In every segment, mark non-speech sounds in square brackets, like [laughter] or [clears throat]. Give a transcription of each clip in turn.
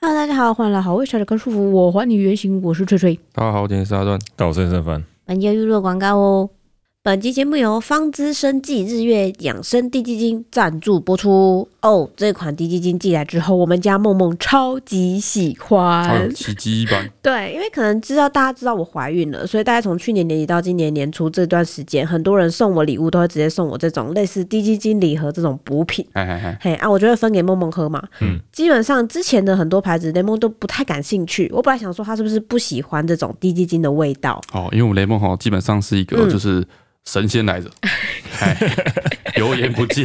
Hello，大家好，欢迎来好味小姐跟舒服，我还你原形，我是锤锤。大家好，我今天是阿段。到深圳翻，本节娱乐广告哦。本集节目由方知生技日月养生低基金赞助播出哦。这款低基金寄来之后，我们家梦梦超级喜哎欢呦，。奇迹版，对，因为可能知道大家知道我怀孕了，所以大概从去年年底到今年年初这段时间，很多人送我礼物都会直接送我这种类似低基金礼盒这种补品。嗨嗨嗨，嘿啊，我就会分给梦梦喝嘛。嗯基本上之前的很多牌子雷梦都不太感兴趣。我本来想说他是不是不喜欢这种低基金的味道，哦，因为我们雷梦哈基本上是一个嗯就是神 [laughs] 仙来着，哎油盐不进，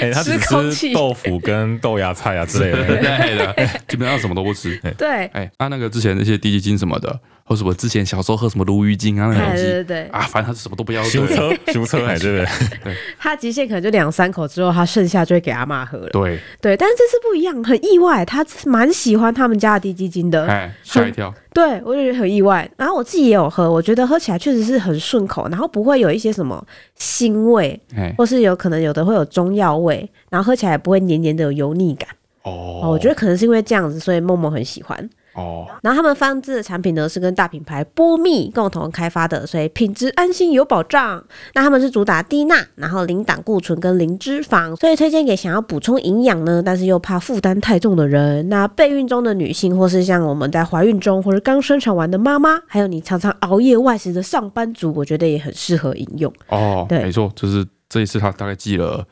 哎、他吃空只气吃豆腐跟豆芽菜啊之类 [laughs] 对的，的，基本上什么都不吃。对，哎，他那个之前那些低基金什么的，或什么之前小时候喝什么鲈鱼精啊那种哎东对西对对，啊，反正他是什么都不要修对车修车哎，对不对？他极限可能就两三口之后，他剩下就会给阿妈喝了。对，对，但是这次不一样，很意外，他蛮喜欢他们家的低基金的。哎，吓一跳，对，我就觉得很意外。然后我自己也有喝，我觉得喝起来确实是很顺口，然后不会有一些什么腥味，哎，或是有可能有的会有中药味，然后喝起来也不会黏黏的有油腻感。哦哦，我觉得可能是因为这样子，所以梦梦很喜欢。哦，然后他们方知的产品呢是跟大品牌波蜜共同开发的，所以品质安心有保障。那他们是主打低钠，然后零胆固醇跟零脂肪，所以推荐给想要补充营养呢，但是又怕负担太重的人。那备孕中的女性，或是像我们在怀孕中，或是刚生产完的妈妈，还有你常常熬夜外食的上班族，我觉得也很适合饮用。哦，对没错，就是这一次他大概寄了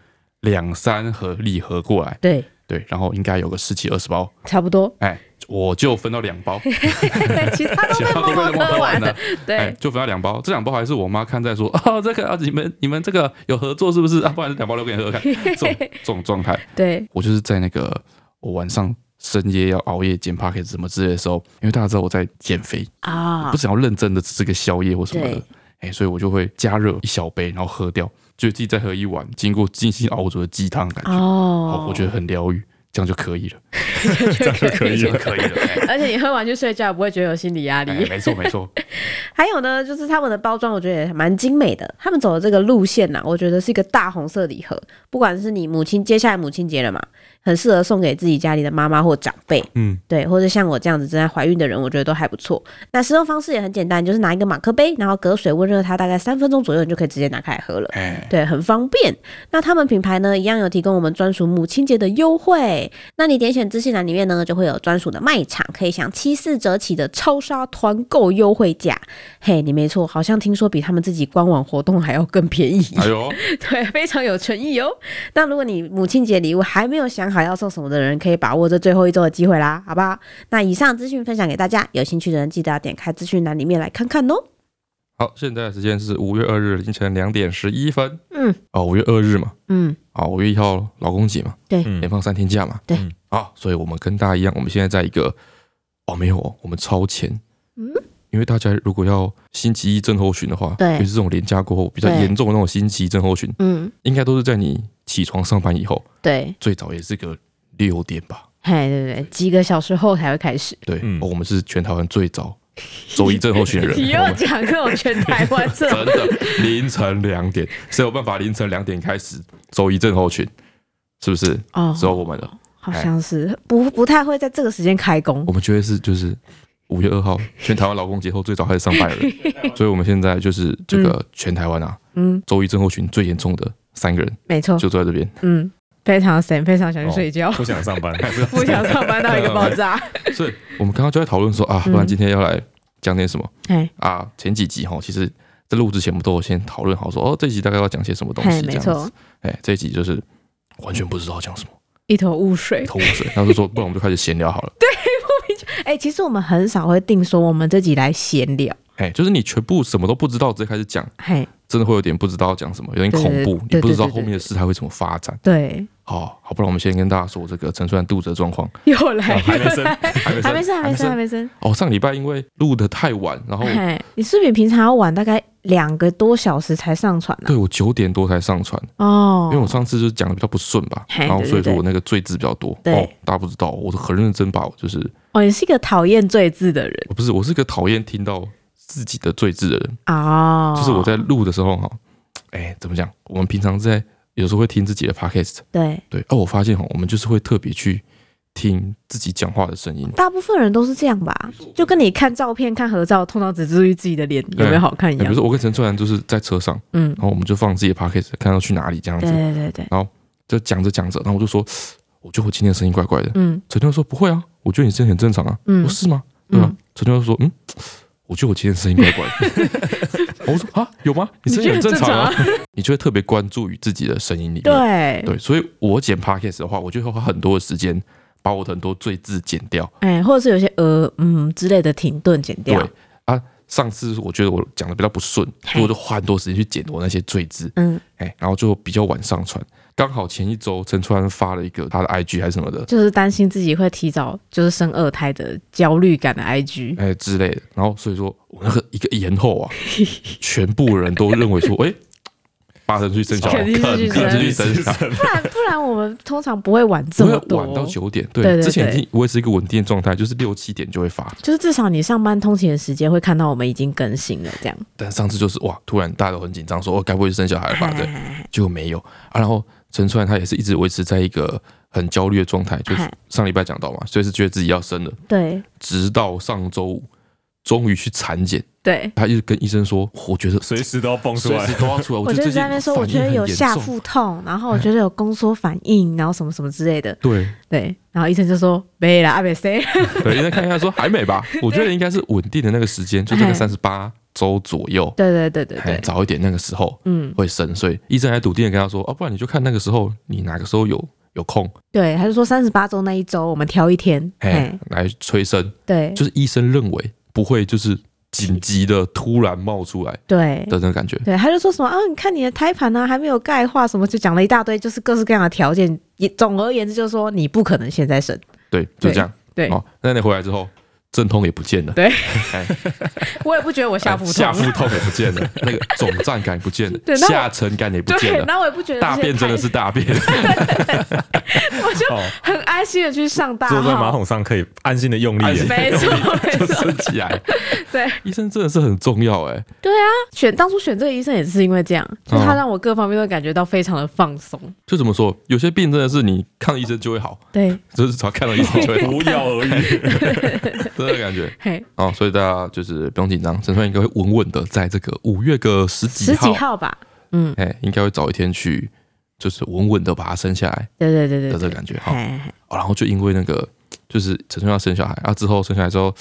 两三盒礼盒过来，对， [laughs] 对，然后应该有个十几二十包，，差不多哎，我就分到两 [laughs] 包，其他都其他被都梦梦被梦梦喝喝完完 [laughs] 了了。哎，对，就分到两包，这两包还是我妈看在说 [laughs] 哦，这个啊，你们你们这个有合作是不是啊？不然两包留给你 [laughs] 喝喝看，这种这种状态，对，我就是在那个我晚上深夜要熬夜剪 p a c k e t 什么之类的时候，因为大家知道我在减肥，啊不， [laughs] 想要认真的吃个宵夜或什么的对，哎，所以我就会加热一小杯，然后喝掉，就自己再喝一碗经过精心熬煮的鸡汤的感觉，哦哦， [laughs] 我觉得很疗愈，这样就可以 [laughs] 了，这样就可以这样了就。可以了，哎而且你喝完去睡觉，不会觉得有心理压哎，没错没错，还有呢，就是他们的包装，我觉得也蛮精美的。他们走的这个路线啊呐、我觉得是一个大红色礼盒，不管是你母亲接下来母亲节了嘛，很适合送给自己家里的妈妈或长辈，嗯，对，或者像我这样子正在怀孕的人，我觉得都还不错。那使用方式也很简单，就是拿一个马克杯，然后隔水温热它大概三分钟左右，你就可以直接拿开来喝了。哎，对，很方便。那他们品牌呢，一样有提供我们专属母亲节的优惠。那你点选资讯栏里面呢，就会有专属的卖场，可以享七四折起的超杀团购优惠价。嘿，你没错，好像听说比他们自己官网活动还要更便宜。 [laughs] 哎呦， [laughs] 对，非常有诚意哦。那如果你母亲节礼物还没有想好要送什么的人，可以把握这最后一周的机会啦，好不好？那以上资讯分享给大家，有兴趣的人记得要点开资讯栏里面来看看哦。好，现在的时间是五月二日凌晨两点十一分。嗯哦，五月二日嘛，嗯，啊，五月一号劳工节嘛，嗯连放三天假嘛，对嗯，啊，所以我们跟大家一样，我们现在在一个，哦，没有哦，我们超前，嗯，因为大家如果要星期一症候群的话，对尤其是这种连假过后比较对严重的那种星期一症候群，嗯，应该都是在你起床上班以后，对，最早也是个六点吧，嘿，对对，几个小时后才会开始。对，嗯哦我们是全台湾最早周一症 [laughs] 候群的人，你我又们讲这种全台湾这真 [laughs] 种，的凌晨两点，谁有办法凌晨两点开始周一症候群？是不是？哦只有我们了。好像是不不太会在这个时间开工我。们觉得是就是五月二号全台湾劳工节后最早开始上班的 [laughs] 人，所以我们现在就是这个全台湾啊，嗯，周一症候群最严重的三个人没错，就坐在这边。嗯，非常神，非常想去哦睡 [laughs] 觉，不想上班，不想上班到一个爆炸。所以我们刚刚就在讨论说啊，嗯不然今天要来讲点什么哎，啊？前几集哈，其实在录之前我们都有先讨论好说哦，这集大概要讲些什么东嘿，西没这样子错。，哎，这一集就是。完全不知道讲什么，一头雾水一。头雾水。然后就说，不然我们就开始闲聊好了。哎，其实我们很少会定说我们这集来闲聊，哎，就是你全部什么都不知道，直接开始讲，嘿，真的会有点不知道讲什么，有点对恐怖。对你不知道对对后面的事态会怎么发展。对， [laughs] 好、好，不然我们先跟大家说这个陈川肚子的状况。又来还又没生来，哦还没还没生生，还没生，还没生。哦，上礼拜因为录的太晚，然后嘿，你是不是比平常要晚大概两个多小时才上传呢？对我九点多才上传，哦因为，我上次就是讲的比较不顺吧，嘿然后所对对以说对我那个罪字比较多。对哦，大家不知道，我是很认真把我就是哦，你是一个讨厌罪字的人我不是我是个讨厌听到自己的罪字的人，哦，就是我在录的时候哈，哎，怎么讲？我们平常在有时候会听自己的 podcast，对，对。哦，我发现哦，我们就是会特别去听自己讲话的声音。大部分人都是这样吧，就跟你看照片、看合照，通常只注意自己的脸有没有好看一哎比样如。说，我跟陈翠兰就是在车上，嗯，然后我们就放自己的 podcast，看到去哪里这样对子，对对对，就讲着讲着，然后我就说，我觉得我今天的声音怪怪的。嗯陈翠兰说不会啊，我觉得你声音很正常啊。嗯我说是吗？对吧嗯，？陈翠兰说嗯。我觉得我今天声音怪怪的， [laughs] 我说啊，有吗？你声音很正常啊， [laughs] 你就会特别关注于自己的声音里面。对，对，所以我剪 podcast 的话，我就会花很多的时间把我的很多赘字剪掉。哎，或者是有些呃嗯之类的停顿剪对掉，啊，上次我觉得我讲的比较不顺，所以我就花很多时间去剪我那些赘字，嗯，哎，然后就比较晚上传。刚好前一周陈川发了一个他的 IG 还是什么的，就是担心自己会提早就是生二胎的焦虑感的 IG，哎之类的，然后所以说我那个一个延后 [laughs] 啊，全部人都认为说，哎，八成去生小孩，肯定是去肯定去生生小孩。 [laughs] 不然不然我们通常不会晚这不会么多，晚到九点，对，对对之前已对经维持一个稳定的状态，就是六七点就会发。就是至少你上班通勤的时间会看到我们已经更新了，这样。但上次就是哇，突然大家都很紧张，说哦，该不会是生小孩哎了吧？对，结果没有啊。然后陈川他也是一直维持在一个很焦虑的状态，就是嗨上礼拜讲到嘛，所以是觉得自己要生了，对直到上周五终于去产检，对，他一直跟医生说，我觉得随时都要蹦出随来时。都要出来。我觉就得最是近在那边说，反我应觉得有很严下重腹痛，然后我觉得有宫缩反应，然后什么什么之类的，对对，然后医生就说没啦，阿 [laughs] 北谁？对，医生看一下说还没 [laughs] 吧，我觉得应该是稳定的那个时间，就大概嗨三十八周左右，对对对对哎对，早一点那个时候嗯，会生，所以医生还笃定的跟他说，哦，不然你就看那个时候你哪个时候有有空，对，他就说三十八周那一周我们挑一天，哎哎，，来催生，对就是医生认为不会就是紧急的突然冒出来对的那个感觉。对，他就说什么啊，你看你的胎盘呢、啊、还没有钙化什么，就讲了一大堆，就是各式各样的条件，也总而言之就是说你不可能现在生，对，就这样。对哦，那你回来之后，阵痛也不见了，我也不觉得我下腹哎痛，下腹痛也不见 [laughs] 了，那个肿胀感也不见了，对那我下沉感也不见对，了，那我也不觉得大这些便真的胎是大便。我就哦，很安心的去上大坐在马号，桶上可以安心的用力耶安心，[laughs] 没错没就错，升起来， [laughs] 对医生真的是很重要哎、对啊，选当初选这个医生也是因为这样，就是哦他让我各方面都感觉到非常的放松，就怎么说，有些病真的是你看了医生就会好，对，就是只要看到医生就会好，不药而已。真的感觉嘿，哦。所以大家就是不用紧张，陈川应该会稳稳的在这个五月个十十几号吧，嗯，哎，应该会早一天去，就是稳稳的把它生下来对对对的对这个对，感觉哈、嘿嘿嘿哦然后就因为那个，就是陈春要生小孩啊，之后生下来之后，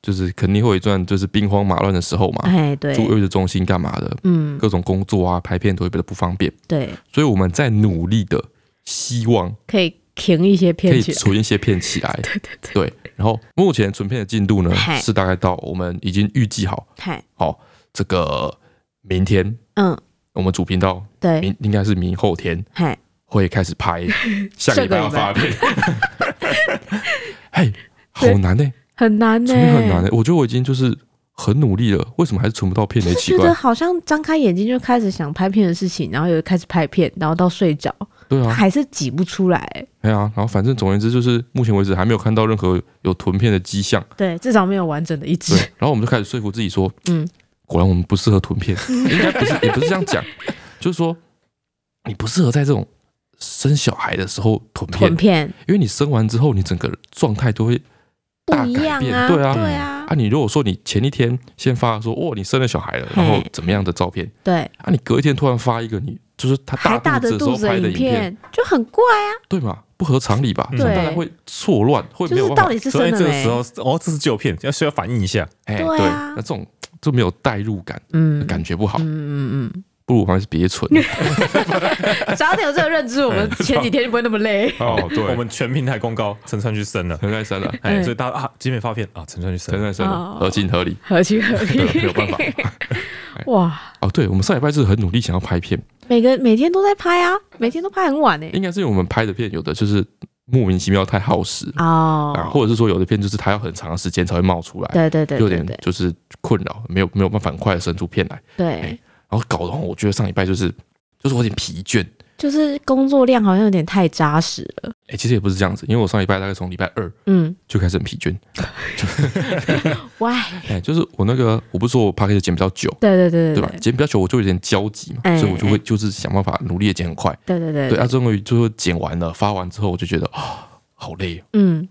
就是肯定会有一段就是兵荒马乱的时候嘛，哎住对，月子中心干嘛的，嗯各种工作啊、拍片都会比较不方便，对，所以我们在努力的希望可以停一些可片以去，存一些片起 [laughs] 来。对对对。然后目前存片的进度呢嗨是大概到我们已经预计好，嘿，哦，这个明天嗯我们主频道对，明应该是明后天。嘿，会开始拍下个礼拜要发片。嘿，好难呢、很难呢，存片很难欸呢、我觉得我已经就是很努力了，为什么还是存不到片呢？奇觉得怪，好像张开眼睛就开始想拍片的事情，然后又开始拍片，然后到睡着，对啊，还是挤不出来。哎呀、然后反正总而言之，就是目前为止还没有看到任何有囤片的迹象。对，至少没有完整的一只 [laughs] 对。，然后我们就开始说服自己说，嗯嗯，果然我们不适合囤片，应该不是，也不是这样讲，就是说你不适合在这种生小孩的时候囤 [laughs] 片臀，片因为你生完之后，你整个状态都会不大一改样变啊，对啊对啊，啊，你如果说你前一天先发说哦你生了小孩了，然后嘿怎么样的照片对，啊，你隔一天突然发一个你就是他还大肚子的的时候肚子拍的影影片，片就很怪啊，对嘛？不合常理吧？嗯这样大家会错乱，会哦就没有是办到法。底是所以真的这个没时？候，哦，这是旧片，要需要反应一下。哎，对啊对，那这种就没有代入感，嗯感觉不好，嗯嗯 [laughs] 不如还是别存嗯，只要你有这个认知，[laughs] 我哎们前几天就不会那么累。 [laughs] 哦。 [laughs] 对，我们全平台公告，陈川去生了，陈再生了，哎，嗯所以大家啊，今天发片啊，陈川去生陈了，再生了，哦合情合理，合情合理对，，没有办法。 [laughs] 哇，哦，对，我们上礼拜是很努力想要拍片，每个每天都在拍啊，每天都拍很晚呢。应该是因为我们拍的片有的就是莫名其妙太耗时啊，哦，或者是说有的片就是它要很长的时间才会冒出来。对对对有对点对就是困扰，没有没有办法很快的生出片来，对，然后搞得我觉得上礼拜就是就是我有点疲倦，就是工作量好像有点太扎实了。哎欸其实也不是这样子，因为我上礼拜大概从礼拜二嗯就开始很疲倦， ，why？哎、就是我那个，我不是说我 p a c k a g 剪比较久，对对对对吧？剪比较久我就有点焦急嘛，哎所以我就会就是想办法努力的剪很快。对对对对啊，终于最后剪完了，发完之后我就觉得啊、好累哦嗯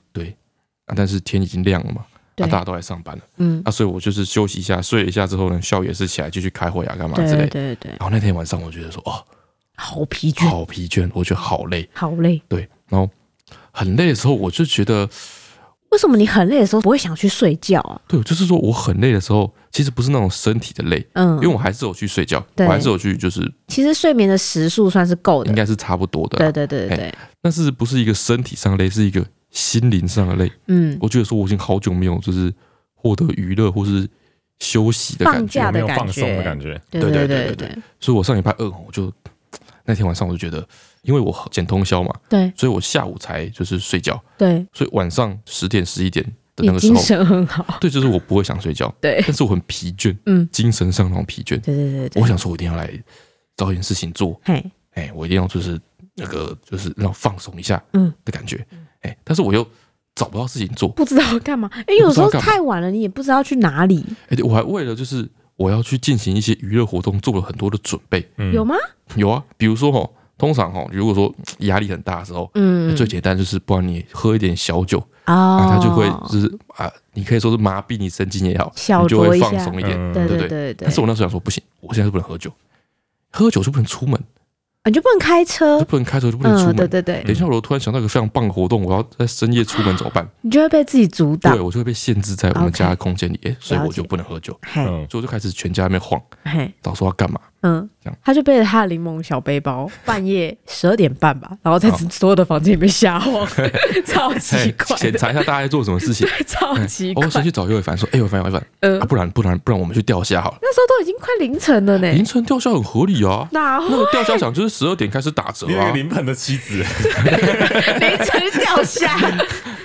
啊，但是天已经亮了嘛，啊，对大家都来上班了，嗯，啊，所以我就是休息一下，睡了一下之后呢，下午也是起来继续开会啊，干嘛对之类对的。对对，然后那天晚上我觉得说，哦，好疲倦，好疲倦，我觉得好累，好累。对，然后很累的时候，我就觉得，为什么你很累的时候不会想去睡觉啊？对，就是说我很累的时候，其实不是那种身体的累，嗯因为，我还是有去睡觉，我对还是有去，就是其实睡眠的时数算是够应的。该是啊哎差不多的对啦，对对对对，但是不是一个身体上的累，是一个心灵上的累。嗯，我觉得说我已经好久没有就是获得娱乐或是休息的感放觉，这假样有没的有感放松觉的感觉？对对对对对对对所以我上礼拜二我就那天晚上我就觉得，因为我剪通宵嘛，对所以我下午才就是睡觉，对，所以晚上十点十一点的那你个时精候，神很好。对，就是我不会想睡觉，对但是我很疲倦，嗯，精神上那种疲倦，对对对对，我想说我一定要来找点事情做，嘿，哎、我一定要就是那个就是让我放松一下，嗯的感觉，哎、但是我又找不到事情做，不知道干嘛，因为也不有知时道候干嘛太晚了，你也不知道去哪里，哎、我还为了就是我要去进行一些娱乐活动做了很多的准备，嗯有吗？有啊，比如说吼，通常吼，如果说嗯压力很大的时候，嗯，最简单就是不然你喝一点小酒，哦啊，，它就会就是啊，你可以说是麻痹你神经也好，小你就酌会一放下松一点。嗯对对对对对对但是我那时候想说不行，我现在是不能喝酒，喝酒就不能出门，啊你就不能开车就，不能开车，就不能出嗯，对门。对对，等一下，我突然想到一个非常棒的活动，我要在深夜出门怎么办？你就会被自己阻挡对，，我就会被限制在我们 OK 家的空间里，诶所以了我就解不能喝酒，嘿嗯，所以我就开始全家在那边晃，嘿，找说要干嘛。嗯这样，他就背着他的柠檬小 [laughs] 背包，半夜十二点半吧，然后在好所有的房间里面瞎晃， [laughs] 超奇嗯嘿怪检的，查一下大家在做什么事情。超奇哦怪我，先去找尤伟凡说，哎，尤伟凡，尤伟凡，嗯啊，，不然不然不然我们去钓虾好了。那时候都已经快凌晨了呢，凌晨钓虾很合理啊，哪那会个钓虾场就是十二点开始打折你有一啊个。临盆的妻子，凌晨 [laughs] 掉下？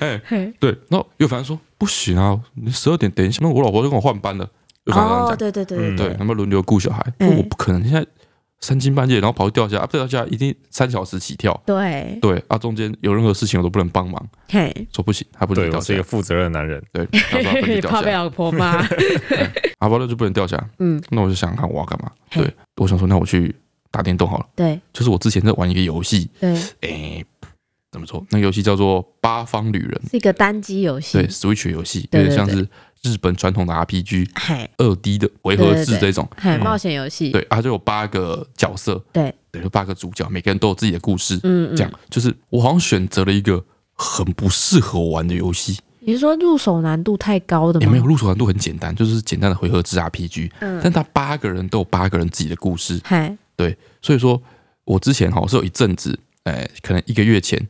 哎嘿对，然后尤凡说不行啊，你十二点等一下，那我老婆就跟我换班了。尤凡这样哦，讲，对对对嗯对 [laughs] 对，他们轮流顾小孩，哎我不可能现在三更半夜，然后跑去钓虾，啊钓虾一定三小时起跳。对，对啊，中间有任何事情我都不能帮忙，嘿，说不行，他不能对钓我是一虾个，负责任的男人。对，他 [laughs] 不能钓怕被虾，老婆骂，阿巴勒就不能钓虾。嗯，那我就想想看我要干嘛？嘿对，我想说，那我去打电动好了。对就是我之前在玩一个游戏，对，诶，怎么说？那个游戏叫做《八方旅人》，是一个单机游戏，对，Switch 游戏，有对点像对是日本传统的 RPG。嘿，二 D 的回合制对对对这种，嘿，冒险游戏，嗯对，它就有八个角色，对，对，有八个主角，每个人都有自己的故事。嗯，嗯这样，就是我好像选择了一个很不适合我玩的游戏，你是说入手难度太高的也吗？没有入手难度很简单，就是简单的回合制 RPG，嗯但它八个人都有八个人自己的故事，嘿，所以说我之前哈是有一阵子，哎，可能一个月前，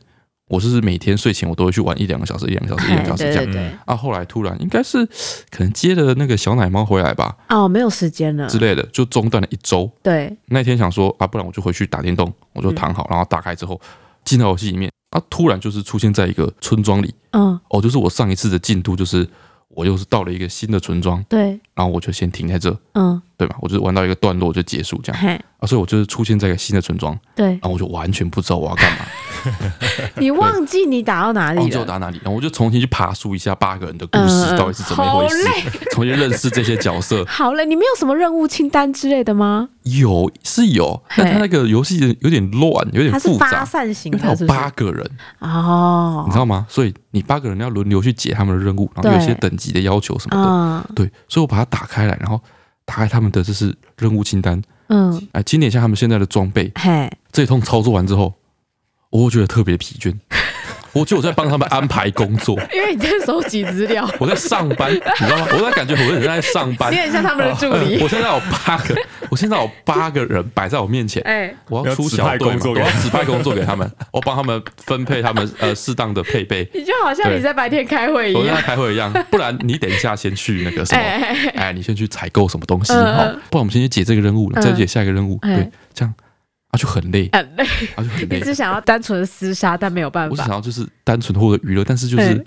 我是每天睡前我都会去玩一两个小时，一两个小时， [laughs] 一两嘿，个小时对这对样。对，啊，后来突然应该是可能接了那个小奶猫回来吧哦，没有时间了，之类的，就中断了一周。对，那天想说啊，不然我就回去打电动，我嗯就躺好，然后打开之后进到游戏里面，啊，突然就是出现在一个村庄里，嗯，哦，就是我上一次的进度就是我又是到了一个新的村庄，对，然后我就先停在这，嗯，对吧？我就是玩到一个段落就结束 [laughs] 这样嘿，啊，所以我就是出现在一个新的村庄，对然，后我就完全不知道我要干嘛，哎你忘记你打到哪然后里就了？打哪里，啊然后我就重新去爬书一下八个人的故嗯事嗯到底是怎么一回好事， [laughs] 重新认识这些角色，好嘞，你没有什么任务清单之类的吗？有是有，嘿但他那个游戏有点乱，有点它是复发杂。散型因为他的，是有不八是？个人，哦你知，道吗？所以你八个人要轮流去解他们的任务，然后有一些对等级的要求什么的。啊，对，所以我把它打开来，然后打开他们的就是任务清单，嗯，哎，清点一下他们现在的装备。嘿，这一通操作完之后，我觉得特别疲倦，我觉得我在帮他们安排工作，因为你在收集资 [laughs] 料，我在上班，你知道吗？我在感觉我人在上班你。很像他们的助呃理。我现在有八个，我现在有八个人摆在我面前，哎，我要出小队嘛，要指派工作我给要他指派工作给他们，我帮他们分配他们呃适当的配备。你就好像你在白天开会一我跟样他。开会一 [laughs] 样，不然你等一下先去那个什么，哎哎哎哎，你先去采购什么东西，嗯好嗯，不然我们先去解这个任务，嗯再解下一个任务，哎对，这样啊就很累，很累，啊就很你累。只想要单纯的厮杀，但没有办我只法想。要就是单纯获得娱乐，但是就是嗯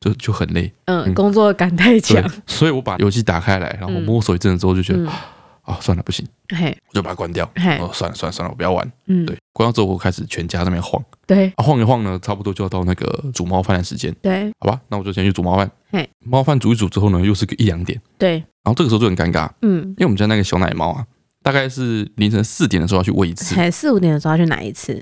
就就很累，嗯，嗯工作感太强对。，所以我把游戏打开来，然后摸索一阵子之后就觉得嗯，啊、算了，不行，嘿，我就把它关掉。嘿哦，算了算了算了，我不要玩。嗯，对，关掉之后我开始全家在那边晃，对啊晃一晃呢，差不多就要到那个煮猫饭的时间，对好吧？那我就先去煮猫饭嘿。猫饭煮一煮之后呢，又是个一两点，对，然后这个时候就很尴尬，嗯，因为我们家那个小奶猫啊，大概是凌晨四点的时候要去喂一次才四五点的时候要去哪一次？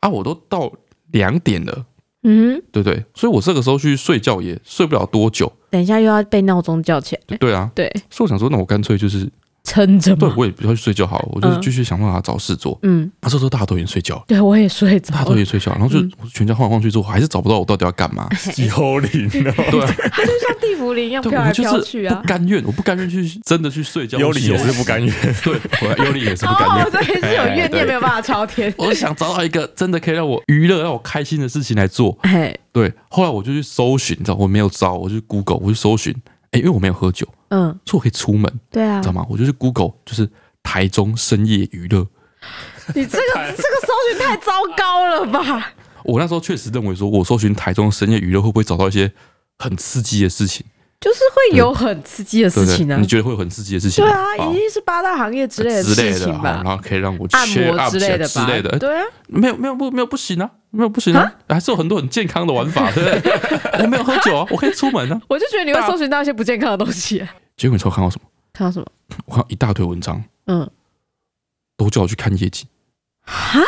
啊，我都到两点了，嗯，对不对？所以我这个时候去睡觉也睡不了多久，等一下又要被闹钟叫起来，对啊。对，所以我想说，那我干脆就是，撑着对嘛。我也不要去睡觉好了，我就是继续想办法找事做。嗯，啊，这时候大家都已经睡觉了，对我也睡着大家都了，已经 [laughs] 睡觉了，然后就嗯我全家晃来晃去之后，我还是找不到我到底要干 [laughs] 嘛。幽灵哦，对啊，它就像地茯苓一样对飘我来就飘去是啊不。甘愿，我不甘愿去真的去睡觉。幽灵也是不甘 [laughs] 愿，对，我幽灵也是不甘哦，愿。对，是有怨念没有办法超天。哎我想找到一个真的可以让我娱乐、让我开心的事情来做。哎，对，后来我就去搜寻，你知道我没有招，我就去 Google，我去搜寻，哎，因为我没有喝酒，嗯，所以我可以出门，对啊知道，吗？我就去 Google，就是台中深夜娱乐。你这个这个搜寻太糟糕了吧？我那时候确实认为说，我搜寻台中深夜娱乐会不会找到一些很刺激的事情？就是会有很刺激的对事不情对？啊你。觉得会有很刺激的事情对吗？啊，好一定是八大行业之类的之类事情的，好吧然。后可以让我按 cheer 摩 up 之类的之吧，类的，哎对啊，没有没有不没有不行啊，没有不行啊，还是有很多很健康的玩法，对 [laughs] 不对？我没有喝酒啊，我可以出门啊。我就觉得你会搜寻到一些不健康的东西。结果你猜我看到什么？看到什么？我看到一大堆文章，嗯，都叫我去看夜景，哈，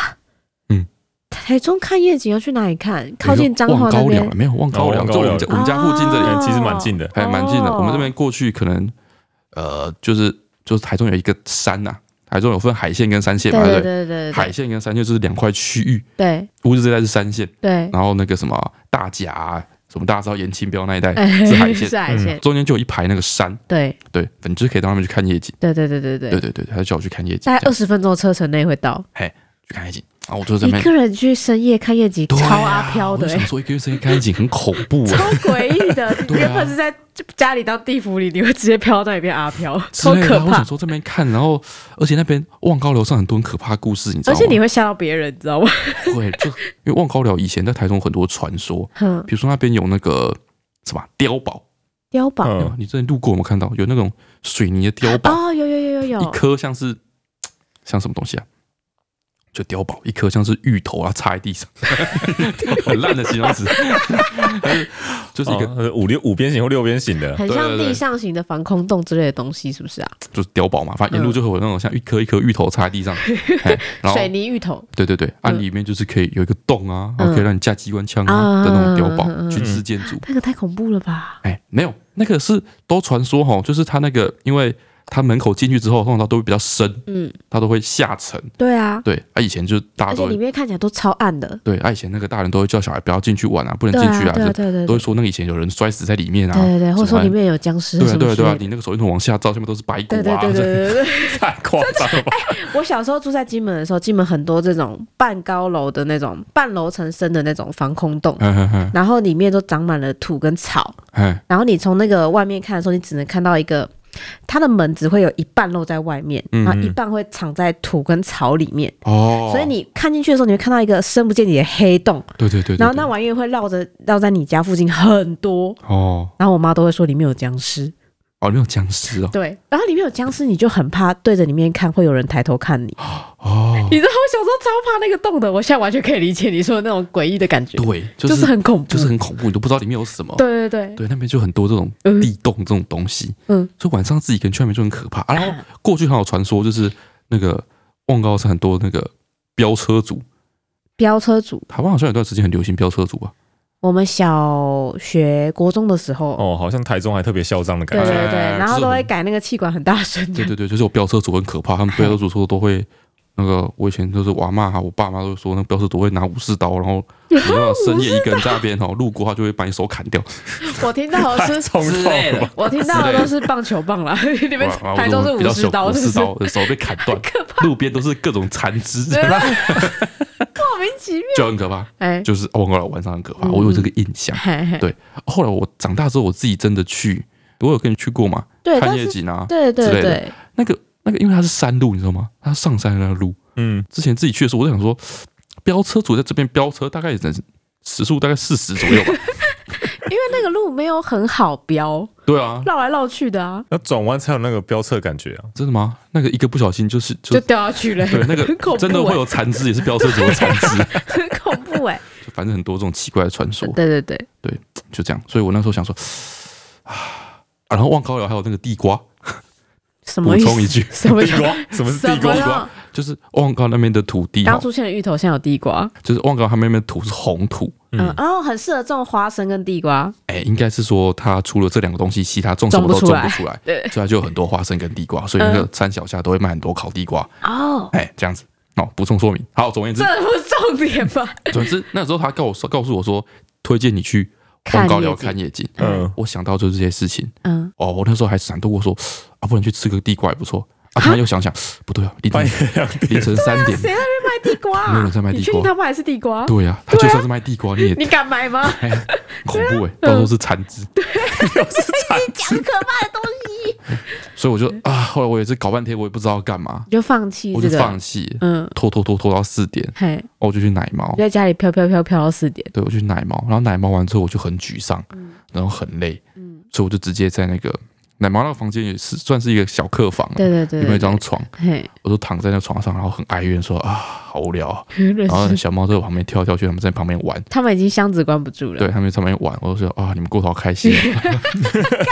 嗯，台中看夜景要去哪里看？靠近彰化望那高边寮，没有望高寮，哦望高就我们寮家我们家附近这哦里，嗯其实蛮近的还蛮近的。哦我们这边过去可能呃，就是就是台中有一个山呐，台中有分海线跟山线对嘛，对对不对？对对海对线跟山线就是两块区域，对乌日这带是山线，对然后那个什么大甲啊，什么大家知道延庆标那一带对，嗯是 [laughs] 海线，哎是啊海线，中间就有一排那个山，对对，你就可以到那边去看夜景。对对对对对对，对对，他就叫我去看夜景，大这概二样十分钟的车程内会到。去看夜景。然后我就在一那边，个人去深夜看夜景，对啊 [laughs] 超阿飘我的就想欸，说一个月生看夜景很恐怖超啊，诡异的。你 [laughs] 对啊原本是在家里当地府里，你会直接飘到那边阿飘，之超类可的。我怕想。说这边看，然后而且那边望高寮上很多很可怕的故事，你知而道吗？且你会吓到别人，你知道吗？ [laughs] 会就因为望高寮以前在台中很多传说，哼，比如说那边有那个什么碉堡，碉堡嗯，你之前路过有没有看到？有那种水泥的碉堡，哦，有有有有一有，颗像是像什么东西啊？就碉堡，一颗像是芋头啊，插在地上， [laughs] 很烂的形容词， [laughs] 但是就是一个哦五六五边形或六边形的，很对像对对地上型的防空洞之类的东西，是不是啊？就是碉堡嘛，反正沿路就会有那种像一颗一颗芋头插在地上，嘿然后嗯水泥芋头，对对对，啊嗯里面就是可以有一个洞啊，然嗯后可以让你架机关枪啊啊的那种碉嗯嗯嗯堡，军事建筑。那个太恐怖了吧？哎，没有，那个是都传说哈，就是它那个，因为它门口进去之后，通常都会比较深，嗯，它都会下沉。对啊，对，啊以前就大家而都且里会面看起来都超暗的。对，啊以前那个大人都会叫小孩不要进去玩啊，不能对进啊，去啊，对就啊，对对都对会说那个以前有人摔死在里面啊，对对，或者什么说里面有僵尸对什啊么对啊之对啊类，的。你那个手电筒往下照，下面都是白骨对对啊，对对这对 [laughs] 对对，太夸张了吧？我小时候住在金门的时候，金门很多这种半高楼的那种半楼层深的那种防空洞，嗯嗯嗯然后里面都长满了土跟草，嗯，然后你从那个外面看的时候，你只能看到一个它的门只会有一半露在外面，嗯嗯然后一半会藏在土跟草里面， [laughs] 哦， [laughs] 所以你看进去的时候，你会看到一个深不见底的黑洞，对对对，对然后那对玩意儿会绕着绕在你家附近很多，哦然后我妈都会说里面有僵尸，哦，里面有僵尸哦对，然后里面有僵尸，你就很怕对着里面看会有人抬头看你。 [laughs] 哦，你知道我小时候超怕那个洞的，我现在完全可以理解你说的那种诡异的感觉，对，就就是是很恐怖，就是很恐怖，你都不知道里面有什么。嗯对对对，对，那边就很多这种嗯地洞这种东西，嗯，所以晚上自己一个人去那边就很可怕。啊、然后过去还有传说，就是那个望高山很多那个飙车族， [clears throat] 飙车族，台湾好像有段时间很流行飙车族吧？我们小学国中的时候，哦，好像台中还特别嚣张的对感对觉，对，哎然后这都种会改那个气管很大声，对对对，就是有飙车族很可怕，他们飙车族说都会。那个我以前就是我阿妈哈，我爸妈都说那飙车族会拿武士刀，然 [laughs] 后你如果深夜一个人在那边哈，路过他就会把你手砍掉。我听到的太是。冲之动类的了。我听到的都是棒球棒啦， [laughs] 你们哇台中是我比武较士小刀武是不士是？刀手被砍 [laughs] 断，路边都是各种残肢，对吧？莫名其妙， [laughs] 就很可怕。哎，就是望高老晚上很可怕，嗯我有这个印象。嘿嘿对后来我长大之后，我自己真的去，我有跟你去过嘛？对看但夜是景啊，对之对类的对，那个那个，因为它是山路，你知道吗？它上山的那个路。嗯，之前自己去的时候，我就想说，飙车主在这边飙车，大概也能时速大概四十左右吧。因为那个路没有很好标，对啊，绕来绕去的啊，那转弯才有那个飙车的感觉啊！真的吗？那个一个不小心就是就就掉下去了。对那很恐怖个欸真的会有残肢，也是飙车族的残肢，很 [laughs] 恐怖哎、就 [laughs] 反正很多这种奇怪的传说，对对对，就这样。所以我那时候想说，啊，然后望高寮还有那个地瓜，什么补意充一思？句，什么意思地？瓜，什么是地瓜？什么瓜啦就是望高那边的土地刚哈，出现的芋头，现在有地瓜。就是望高他们那边的土是红土，嗯嗯，哦，很适合种花生跟地瓜。哎、应该是说他除了这两个东西，其他种什么都种不种出来不出来，对，嗯所以他就有很多花生跟地瓜，所以那个山脚下都会卖很多烤地瓜，哦，哎、这样子。哦，补充说明。好，总而言之 [laughs] 这，不是重点吧？ [laughs] 总之那时候他告我说，告诉我说，推荐你去望高寮看夜景。哎嗯，我想到就是这些事情。嗯，哦，我那时候还闪躲过说，啊，不然去吃个地瓜也不错。啊，突然又想想，不对啊，凌 [laughs] 半晨夜两凌点，晨三 [laughs] 点， [laughs] 谁在那边卖地瓜、啊？没有人在卖地瓜你确定他们还是地瓜？对呀、他就算是卖地瓜，你也你啊敢买吗？ [laughs] 哎恐怖哎、到时候是残肢。讲 [laughs] 可怕的东西。所以我就啊，后来我也是搞半天，我也不知道干嘛，嗯你就放弃我这就个？放弃，嗯，拖拖拖拖到四点，嘿，哦，我就去奶猫你，在家里飘飘飘飘到四点。对我去奶猫，然后奶猫完之后我就很沮丧，嗯然后很累，所以我就直接在那个奶猫那个房间也是算是一个小客房啊，对对对有没有一对张床？嘿，我就躺在那床上，然后很哀怨说啊，好无聊、啊。认然后识。小猫在我旁边跳来跳去，他们在旁边玩， [laughs] 他们已经箱子关不住了。对，他们在旁边玩，我就说啊，你们过得好开心啊， [laughs] [laughs]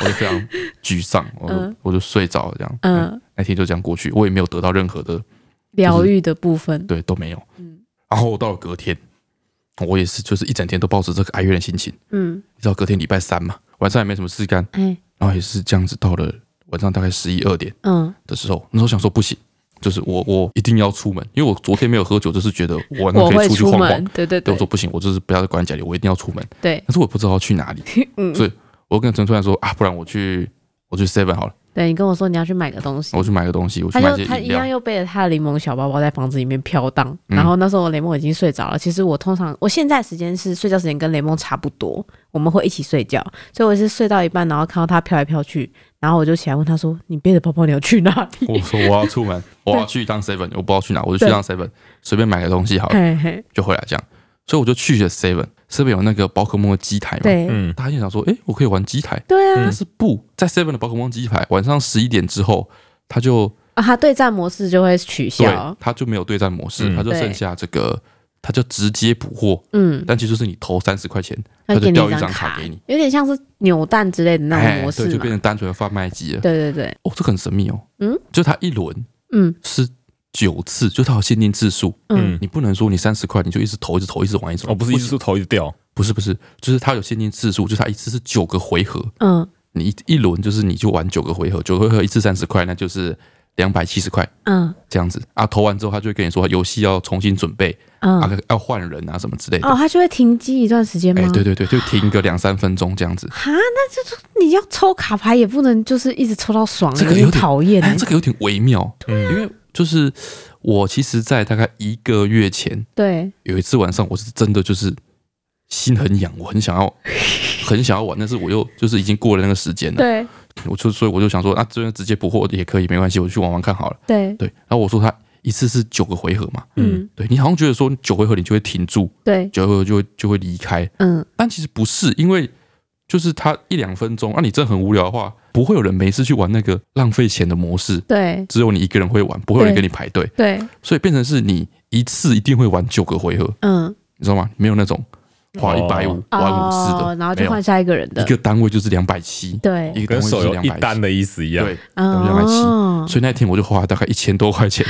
我就非常沮丧，我就、嗯我就睡着了这样，嗯，嗯，那天就这样过去，我也没有得到任何的疗愈的部分。对，都没有。嗯然后我到了隔天，我也是就是一整天都抱着这个哀怨的心情，嗯，直到隔天礼拜三嘛，晚上也没什么事干，哎，然后也是这样子到了晚上大概十一二点嗯，的时候，那时候想说不行，就是我我一定要出门，因为我昨天没有喝酒，就是觉得我晚上我可会以出去出晃门晃。。对对对，对我说不行，我就是不要再关在家里，我一定要出门。对，但是我也不知道要去哪里，嗯，所以我跟陈春兰说啊，不然我去我去 Seven 好了，对你跟我说你要去买个东西我。去买个东西，我去他买就些他饮一料样。又背着他的柠檬小包包在房子里面飘荡，嗯然后那时候雷蒙已经睡着了。其实我通常我现在时间是睡觉时间跟雷蒙差不多，我们会一起睡觉，所以我是睡到一半，然后看到他飘来飘去，然后我就起来问他说：“你背着包包你要去哪里我说我要出门，我要去一趟 Seven，我不知道去哪，我就去一趟 Seven，随便买个东西好？”了。嘿嘿，就回来这样。所以我就去了 Seven，Seven 有那个宝可梦的机台嘛，对、嗯，大家就想说，诶，我可以玩机台，对啊但是不在 Seven 的宝可梦机台，晚上十一点之后，它就啊，他对战模式就会取对消，，它就没有对战模式，嗯它就剩下这个，它就直接捕获，嗯，但其实就是你投三十块钱，它他就给你掉一一张卡卡给你，哎有点像是扭蛋之类的那种模式对，就嘛变，成单纯的贩卖机了。对对对，哦，这个很神秘哦，嗯，就它一轮嗯是九次，就它有限定次数，嗯嗯你不能说你三十块你就一直投，一直投，一直玩，一直玩哦，不是一直头一直掉，不是不是，就是它有限定次数，就是它一次是九个回合，嗯你一一轮就是你就玩九个回合，九个回合一次三十块，那就是两百七十块嗯这样子啊。投完之后，他就会跟你说游戏要重新准备嗯，啊，要换人啊什么之类的。哦，他就会停机一段时间吗？哎，对对对，就停个两三分钟这样子。哈，那就是你要抽卡牌也不能就是一直抽到爽，这个有有点点讨厌欸、哎，这个有点微妙，因为就是我其实，在大概一个月前对，有一次晚上，我是真的就是心很痒，我很想要很想要玩，但是我又就是已经过了那个时间了。对我就所以我就想说，那这边直接补货也可以，没关系，我去玩玩看好了。对，对，然后我说他一次是九个回合嘛，嗯对你好像觉得说九回合你就会停住，对，九回合就会就会离开，嗯但其实不是，因为就是他一两分钟，那、啊你真的很无聊的话，不会有人没事去玩那个浪费钱的模式，对只有你一个人会玩，不会有人对跟你排队，对，所以变成是你一次一定会玩九个回合，嗯，你知道吗？没有那种花一百五、花五十哦的，，然后没就有换下一个人的一，个单位就是两百七，对，一个跟单位手是游两一百单的意思一样。对，嗯两百七哦所以那天我就花了大概一千多块钱，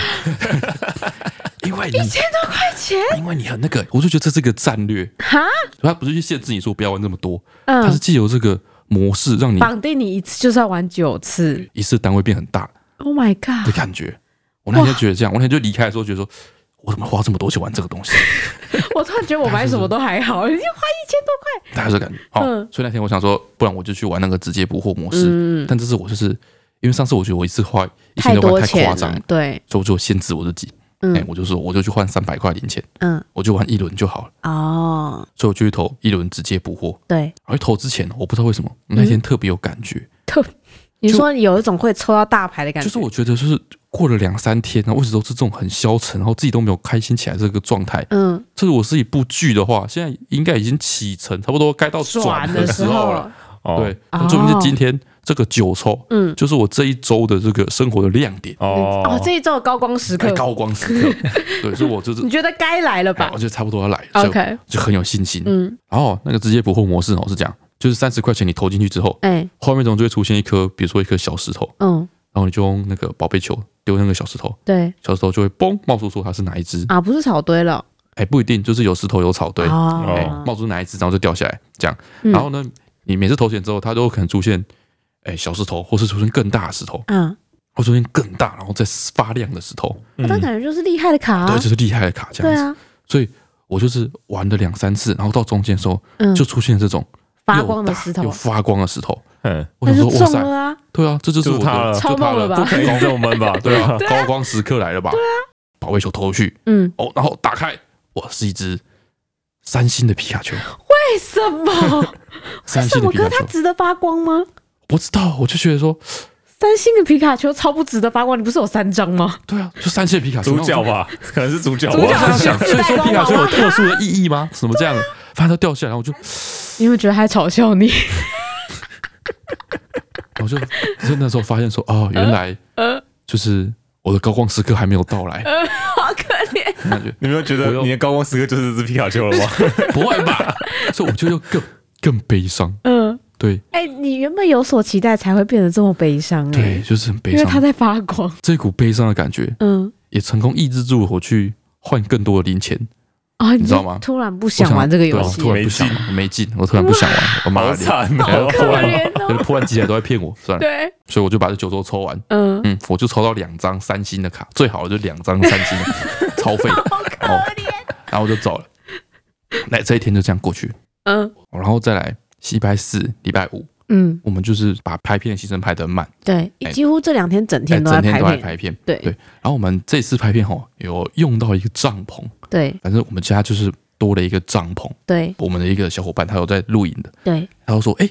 [laughs] 因为你一千多块钱，因为你很那个，我就觉得这是个战略，哈，他不是去限制你说不要玩那么多，他是嗯，借由这个模式让你绑定你一次就是要玩九次一次单位变很大，Oh my 的 god！感觉。我那天觉得这样，我那天就离开的时候觉得说，我怎么花这么多钱玩这个东西？我突然觉得我买什么都还好，你就花一千多块，大概是感觉哦 [laughs] 嗯，所以那天我想说，不然我就去玩那个直接补货模式。嗯，但这次我就是因为上次我觉得我一次花一千太多多块太钱夸张了了，，对，所以我就限制我自己，哎、嗯我就说我就去换三百块零钱，嗯，我就玩一轮就好了。哦，所以我就去投一轮直接补货。对，嗯而投之前，我不知道为什么我那天特别有感觉，特你说有一种会抽到大牌的感觉，就是我觉得就是过了两三天，然后一直都是这种很消沉，然后自己都没有开心起来这个状态。嗯这是我是一部剧的话，现在应该已经启程，差不多该到转的的时候了。了，哦，对，哦说明是今天这个九抽，嗯就是我这一周的这个生活的亮点，哦，哦，这一周的高光时刻哎，，高光时 [laughs] 刻。对，所以我就是你，觉得该来了哎吧我觉得差不多要来了，就？OK，就很有信心。嗯，然后那个直接不惑模式哦，是这样，就是三十块钱你投进去之后，哎，画面中就会出现一颗，比如说一颗小石头，嗯，然后你就用那个宝贝球丢那个小石头，对小石头就会嘣冒出说它是哪一只，啊，不是草堆了，哎，不一定，就是有石头有草堆，哎哦，冒出哪一只，然后就掉下来这样。嗯然后呢，你每次投钱之后，它都有可能出现哎小石头，或是出现更大的石头，嗯，或出现更大然后再发亮的石头，嗯但感觉就是厉害的卡啊，对，就是厉害的卡这对样子。啊，所以我就是玩了两三次，然后到中间的时候嗯，就出现这种发又光的大石头啊又，发光的石头。嗯，我那想就说，哇中塞，了啊，对啊，这就是我就是它的，了就超它梦了吧不可以这么闷 [laughs] 吧？对对啊啊，，高光时刻来了吧？对啊，保卫球投去， [laughs] 嗯，哦，然后打开，哇，是一只三星的皮卡 [laughs] 丘，为什么？三什星的么皮卡歌它丘，值得发光吗？不知道，我就觉得说，三星的皮卡丘超不值得发光，你不是有三张吗？对啊，就三星的皮卡丘主角，吧，可能是主角然吧，后我就我这样想，主所角以说皮卡丘有特殊的意义吗？怎么这样？反正它掉下来，然后我就，你会觉得他在嘲笑你？我就就那时候发现说，哦，原来呃，就是我的高光时刻还没有到来， [laughs] 好可怜。感觉 [laughs] 你没有觉我得又你的高光时刻就是这只皮卡丘了吗？不会吧？所以我就又更更悲伤，嗯，对哎，你原本有所期待，才会变得这么悲伤对，哎，就是很悲因为他伤，在发光。这股悲伤的感觉嗯，也成功抑制住我去换更多的零钱。啊，你知就道吗突然不我想啊玩这个游戏对我，突然不想玩，我没劲，我突然不想玩，我 [laughs] 妈好的脸，惨 [laughs] 哦，突然怜哦就是破案机器人都在骗啊我，算了，对，所以我就把这九周抽完，嗯，嗯，我就抽到两张三星的卡，最好的就是两张三星的卡， [laughs] 超费，哦，然后我就走了，那这一天就这样过去，嗯然后再来礼拜四、礼拜五，嗯，我们就是把拍片的行程排得很满，对，哎几乎这两天整哎天都在整天排都在练，拍片，对对，然后我们这次拍片吼有用到一个帐篷，对，反正我们家就是多了一个帐篷，对，我们的一个小伙伴他有在露营的。对，他就说：“哎、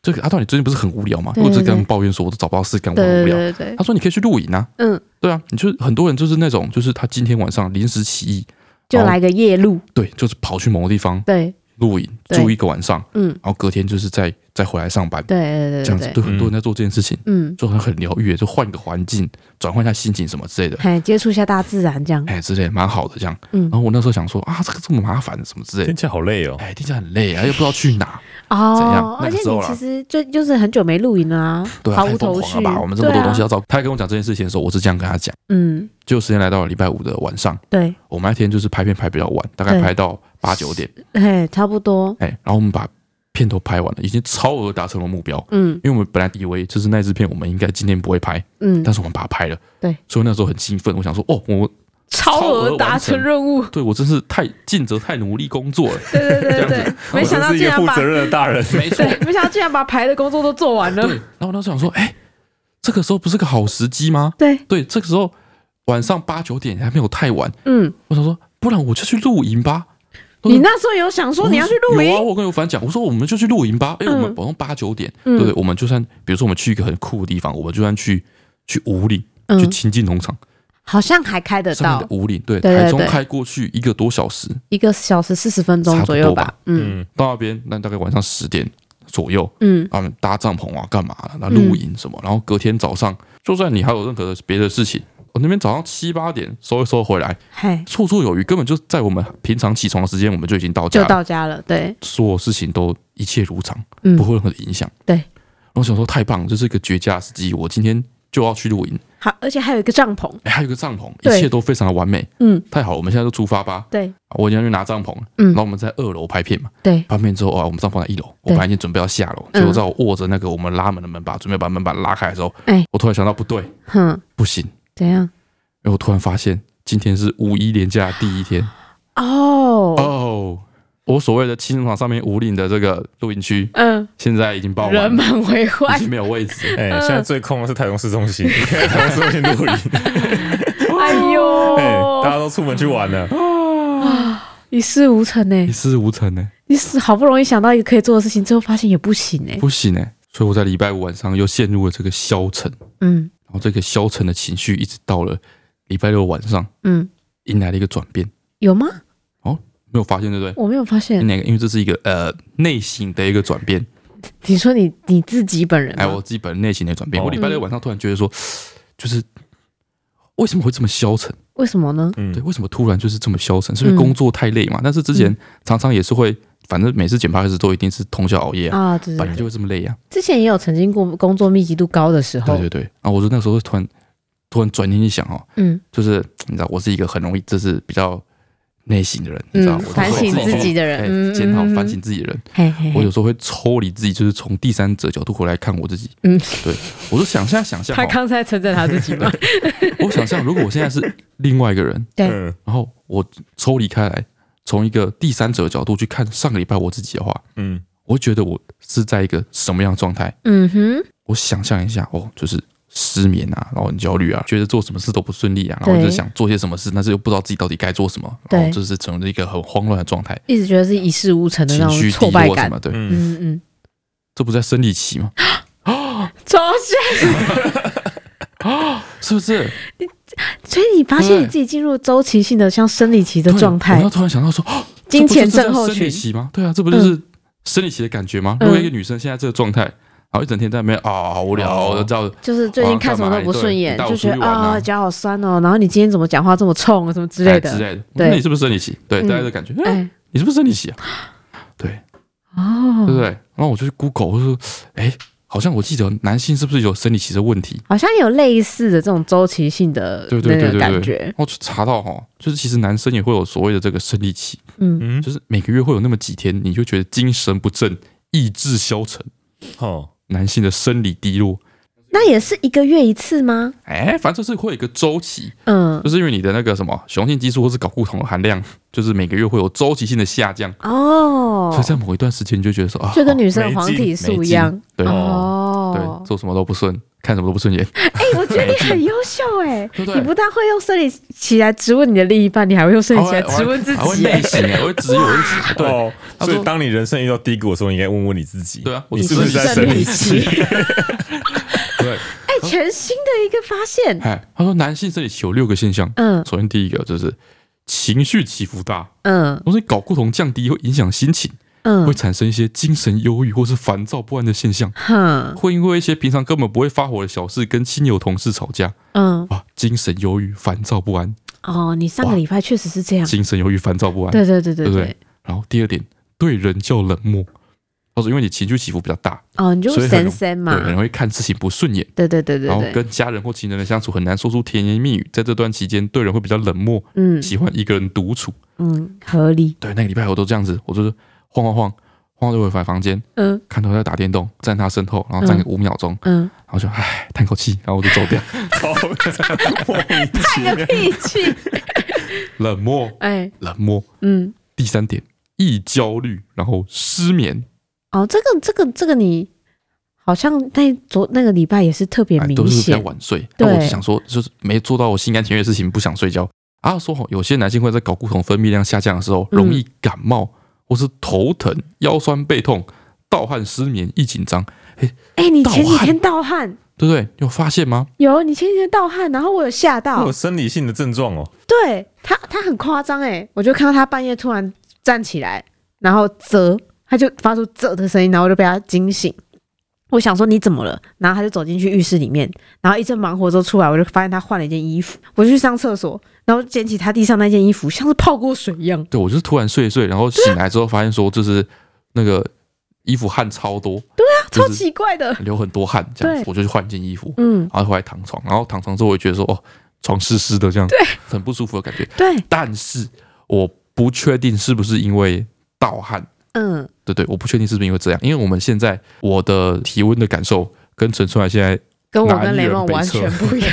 这个阿段，你最近不是很无聊吗？对我一直跟对他们抱怨说，我都找不到事干，我对，很无对，聊。对，对，他说：“你可以去露营啊，嗯，对啊，你就是很多人就是那种，就是他今天晚上临时起意，就来个夜路，对，就是跑去某个地方对，露营对住一个晚上，嗯，然后隔天就是再再回来上班，对，对，这对，对，样子，对，对很多人在做这件事情，嗯，就很很疗愈，就换个环境，转换一下心情什么之类的。”哎，接触一下大自然这样，哎，之类的蛮好的这样。嗯然后我那时候想说啊，这个这么麻烦，什么之类的天，气好累哦，哎，听起来很累啊，又不知道去哪。怎样哦，那而个且时候你啦其实就就是很久没露营了啊，对啊，毫太无疯头狂绪了吧！我们这么多对啊东西要照顾。他在跟我讲这件事情的时候，我是这样跟他讲。嗯，就时间来到了礼拜五的晚上，对，我们那天就是拍片拍比较晚，大概对拍到八九点，哎，差不多，哎，然后我们把片都拍完了，已经超额达成了目标。嗯因为我们本来以为就是那支片我们应该今天不会拍，嗯，但是我们把它拍了，对，所以那时候很兴奋，我想说，哦，我超额达成任务，对我真是太尽责、太努力工作了，对对对对，没想到我真是竟一个然负把责任的大人，没错，对， [laughs] 没想到竟然把排的工作都做完对了，。然后我那时候想说，哎，这个时候不是个好时机吗？对，对，这个时候晚上八九点还没有太晚，嗯，我想说，不然我就去露营吧。你那时候有想说你要去露有啊，营，我跟有凡讲，我说我们就去露营吧。哎、嗯我们晚上八九点，嗯对不对？我们就算比如说我们去一个很酷的地方，我们就算去去五岭，去嗯，亲近农场、好像还开得上面到的五岭，对，对对台中对开过去一个多小时，一个小时四十分钟左右差吧，嗯嗯，到那边那大概晚上十点左右，嗯，他们搭帐篷啊，干嘛的？那露营什么？然后隔天早上，就算你还有任何的别的事情，哦我那边早上七八点收一收回来，嘿，绰绰有余，根本就在我们平常起床的时间，我们就已经到家就了。到家了，对，所有事情都一切如常，嗯不会有任何的影响。对然后我想说太棒了，这是一个绝佳的时机，我今天就要去露营，好，而且还有一个帐篷，哎，还有一个帐篷，对一切都非常的完美，嗯，太好了，我们现在就出发吧。对，我今天去拿帐篷了，嗯然后我们在二楼拍片嘛，对，拍片之后啊，我们帐篷在一楼，我对本嗯来已经准备要下楼，结果在我握着那个我们拉门的门把，准备把门把拉开的时候，哎我突然想到不对，哼，不行，因怎样？为我突然发现今天是五一连假的第一 [laughs] 天哦，哦，我所谓的青农场上面五岭的这个露营区，嗯，现在已经爆满人了。满为患已，经没有位置， [laughs] 哎，现在最空的是台中市中心， [laughs] 台中市中心露营，哎哎，大家呦，都出门去玩了，一事无成呢欸一。事无成呢、你是好不容易想到一个可以做的事情，最后发现也不行哎、不行呢、欸所以我在礼拜五晚上又陷入了这个消沉，嗯然后这个消沉的情绪一直到了礼拜六晚上，嗯，迎来了一个转变，有吗？没有发现对不对？我没有发现。那个，因为这是一个呃内心的一个转变，你说你你自己本人吗，哎，啊我自己本人内心的转变。哦我礼拜六晚上突然觉得说，就是为什么会这么消沉？为什么呢？嗯对，，为什么突然就是这么消沉？是因为嗯工作太累嘛？但是之前嗯常常也是会，反正每次剪 p o d 都一定是通宵熬夜啊，啊，对本对来就对，会这么累啊。之前也有曾经过工作密集度高的时候对，对对。然后我就那时候突然突然转念一想哦，嗯就是你知道，我是一个很容易就是比较内省的人，你知道，嗯，我都反会省自己的哎人，嗯检讨嗯嗯反省自己的人。嘿嘿我嘿有，时候会抽离自己，就是从第三者角度回来看我自己。嗯，对，我就想现在想象他哦，刚才称赞他自 [laughs] 己吗？我想象如果我现在是另外一个人，对嗯然后我抽离开来，从一个第三者角度去看上个礼拜我自己的话，嗯，我会觉得我是在一个什么样的状态？嗯哼，我想象一下，哦，就是失眠啊，然后很焦虑啊，觉得做什么事都不顺利啊，然后对就想做些什么事，但是又不知道自己到底该做什么，然后对就是成了一个很慌乱的状态，一直觉得自己一事无成的那情种绪低挫败落什感么，对，嗯，嗯嗯，这不在生理期吗？超像。是不是？所以你发现你自己进入周期性的像生理 [laughs] 期的对状我态要，突然想到说，哦金钱这不就是症候生理群期吗？对啊，这不就是生理期的感觉吗？嗯如果一个女生现在这个状态，然后一整天在那边啊好无聊，哦我知道就是最近看什么都不顺眼对，就觉你得带我出去玩啊啊脚好酸哦，然后你今天怎么讲话这么冲啊，什么之之类哎之的，类的，对那你是不是生理期？对，嗯大家的感觉，哎，哎，你是不是生理期啊？对，哦，对不对？然后我就去 Google，我就说，哎，好像我记得男性是不是有生理期的问题？好像有类似的这种周期性的对对那对个对感对，觉然，后就查到哈，就是其实男生也会有所谓的这个生理期，嗯，嗯，就是每个月会有那么几天，你就觉得精神不振、意志消沉，好，男性的生理低落。那也是一个月一次吗？哎，反正就是会有一个周期，嗯就，是因为你的那个什么雄性激素或是睾固酮的含量，就是每个月会有周期性的下降，哦所以，在某一段时间呃你就觉得说啊，就跟哦女生的黄体素一样，对哦对，，做什么都不顺，看什么都不顺眼，哎，我觉得你很优秀哎，对不你对？不但会用生理期来质问你的另一半，你还会用生理期来质问自还会己内哎，省，还会质疑我自己，对哦，他所说以当你人生遇到低谷的时候，你应该问问你自己，对啊，我你是是不不是是在在生生理理期期？对？哎，全新的一个发现，哎，他说男性生理期有六个现象，嗯首先第一个就是情绪起伏大，嗯同时睾固酮降低会影响心情，会嗯，产生一些精神忧郁或是烦躁不安的现象。哼，会因为一些平常根本不会发火的小事跟亲友同事吵架嗯，啊，精神忧郁、烦躁不安，哦，你上个礼拜确实是这样，精神忧郁、烦躁不安。嗯对对对对对不对对，然后第二点，对人较冷漠。他说，因为你情绪起伏比较大，哦，你就所以很神容神对，嘛，很容易看事情不顺眼，对对对对然后对，跟家人或情人的相处很难说出甜言蜜语，在这段期间对人会比较冷漠，嗯喜欢一个人独处。嗯，合理，对，那个礼拜我都这样子，我就是晃晃晃晃到回房间，嗯看到他在打电动，站他身后，然后站个五秒钟，嗯， [laughs] 然后就唉叹口气，然后我就走掉， [laughs] 好，莫名其妙，脾气，冷漠， [laughs] 哎，冷漠。嗯，第三点，易焦虑，然后失眠，哦，这个这个这个你好像那昨那个礼拜也是特别哎，明都是比较显，晚睡。那我对就想说，就是没做到我心甘情愿的事情，不想睡觉啊。说好，有些男性会在睾固酮分泌量下降的时候，嗯容易感冒或是头疼、腰酸背痛、盗汗、失眠、易紧张，哎，你盗前几汗天盗汗，对不对？你有发现吗？有你前几天盗汗，然后我有吓会到有，生理性的症状哦，对他他很夸张哎，我就看到他半夜突然站起来，然后啧，他就发出啧的声音，然后我就被他惊醒。我想说你怎么了？然后他就走进去浴室里面，然后一阵忙活之后出来，我就发现他换了一件衣服。我就去上厕所，然后捡起他地上那件衣服，像是泡过水一样。对我就是突然睡一睡，然后啊醒来之后发现说，就是那个衣服汗超多，对啊， [laughs] 超奇怪的。流很多汗，这样子对我就去换一件衣服，嗯，然后回来躺床，然后躺床之后我就觉得说，哦，床湿湿的这样，对，很不舒服的感觉。对，但是我不确定是不是因为盗汗，嗯，对对，我不确定是不是因为这样，因为我们现在我的体温的感受跟陈川现在跟我哪跟一雷人梦北完侧全不一样。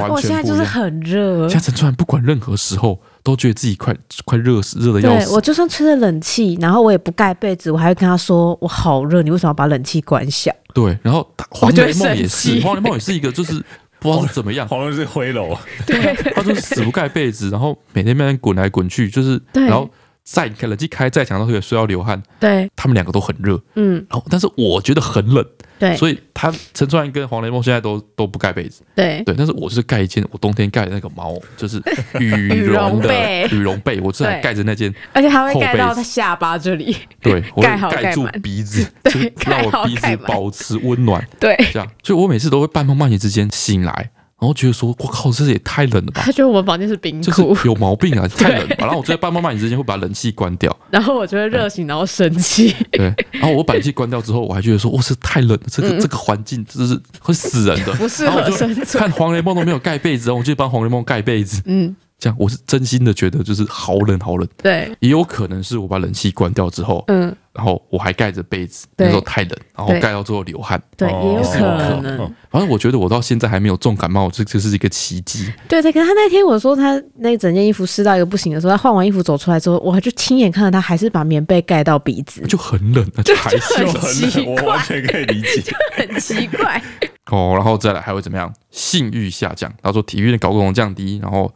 我完现在全不就一是样。很热现，在陈川不管任何时候都觉得自己快快热死，热的要对死我。就算吹着冷气，然后我也不盖被子，我还会跟他说我好热，你为什么要把冷气关小？对，然后他黄就雷会梦也生是，气黄雷梦也是一个就是不知道是怎么样，黄龙是灰楼，啊对，他就是死不盖被子，然后每天在那边滚来滚去，就是对然后再开冷气开再强，都可以睡到流汗。对，他们两个都很热，嗯，然后但是我觉得很冷，对所以它陈川跟黄雷梦现在都都不盖被子，对，对，但是我是盖一件我冬天盖的那个毛，就是羽 [laughs] 羽绒绒被的羽绒被，我正还对盖着那件，而且它会后盖背到子他下巴这里，对，我盖好盖盖住 [laughs] 满鼻子，对就让盖好我鼻盖子满保持温暖， [laughs] 对，这样，所以我每次都会半梦半醒之间醒来，然后觉得说，我靠，这也太冷了吧他，觉得我们房间是冰就库，是有毛病啊，太冷了吧。然后我就在半梦半醒之间会把冷气关掉， [laughs] 然后我就会热醒，然后生 [laughs] 气， [laughs] 对，然后我把冷气关掉之后，我还觉得说，哇，这太冷了，这嗯个这个环境就是会死人 [laughs] 的，不适然后我合就啊生存。看黄雷梦都没有盖被子，然后我就帮黄雷梦盖被子。嗯，这样我是真心的觉得就是好冷好冷，对，也有可能是我把冷气关掉之后，嗯，然后我还盖着被子，对那时候太冷，然后对盖到之后流汗。对，哦也有可能。哦反正我觉得我到现在还没有重感冒，这这是一个奇迹。对，对，可是他那天我说他那整件衣服湿到一个不行的时候，他换完衣服走出来之后，我就亲眼看到他还是把棉被盖到鼻子，就很冷，那就还是就冷很冷，我完全可以理解。很奇 [laughs] 怪。哦。然后再来还会怎么样？性欲下降，然后说体育的睾固酮降低，然后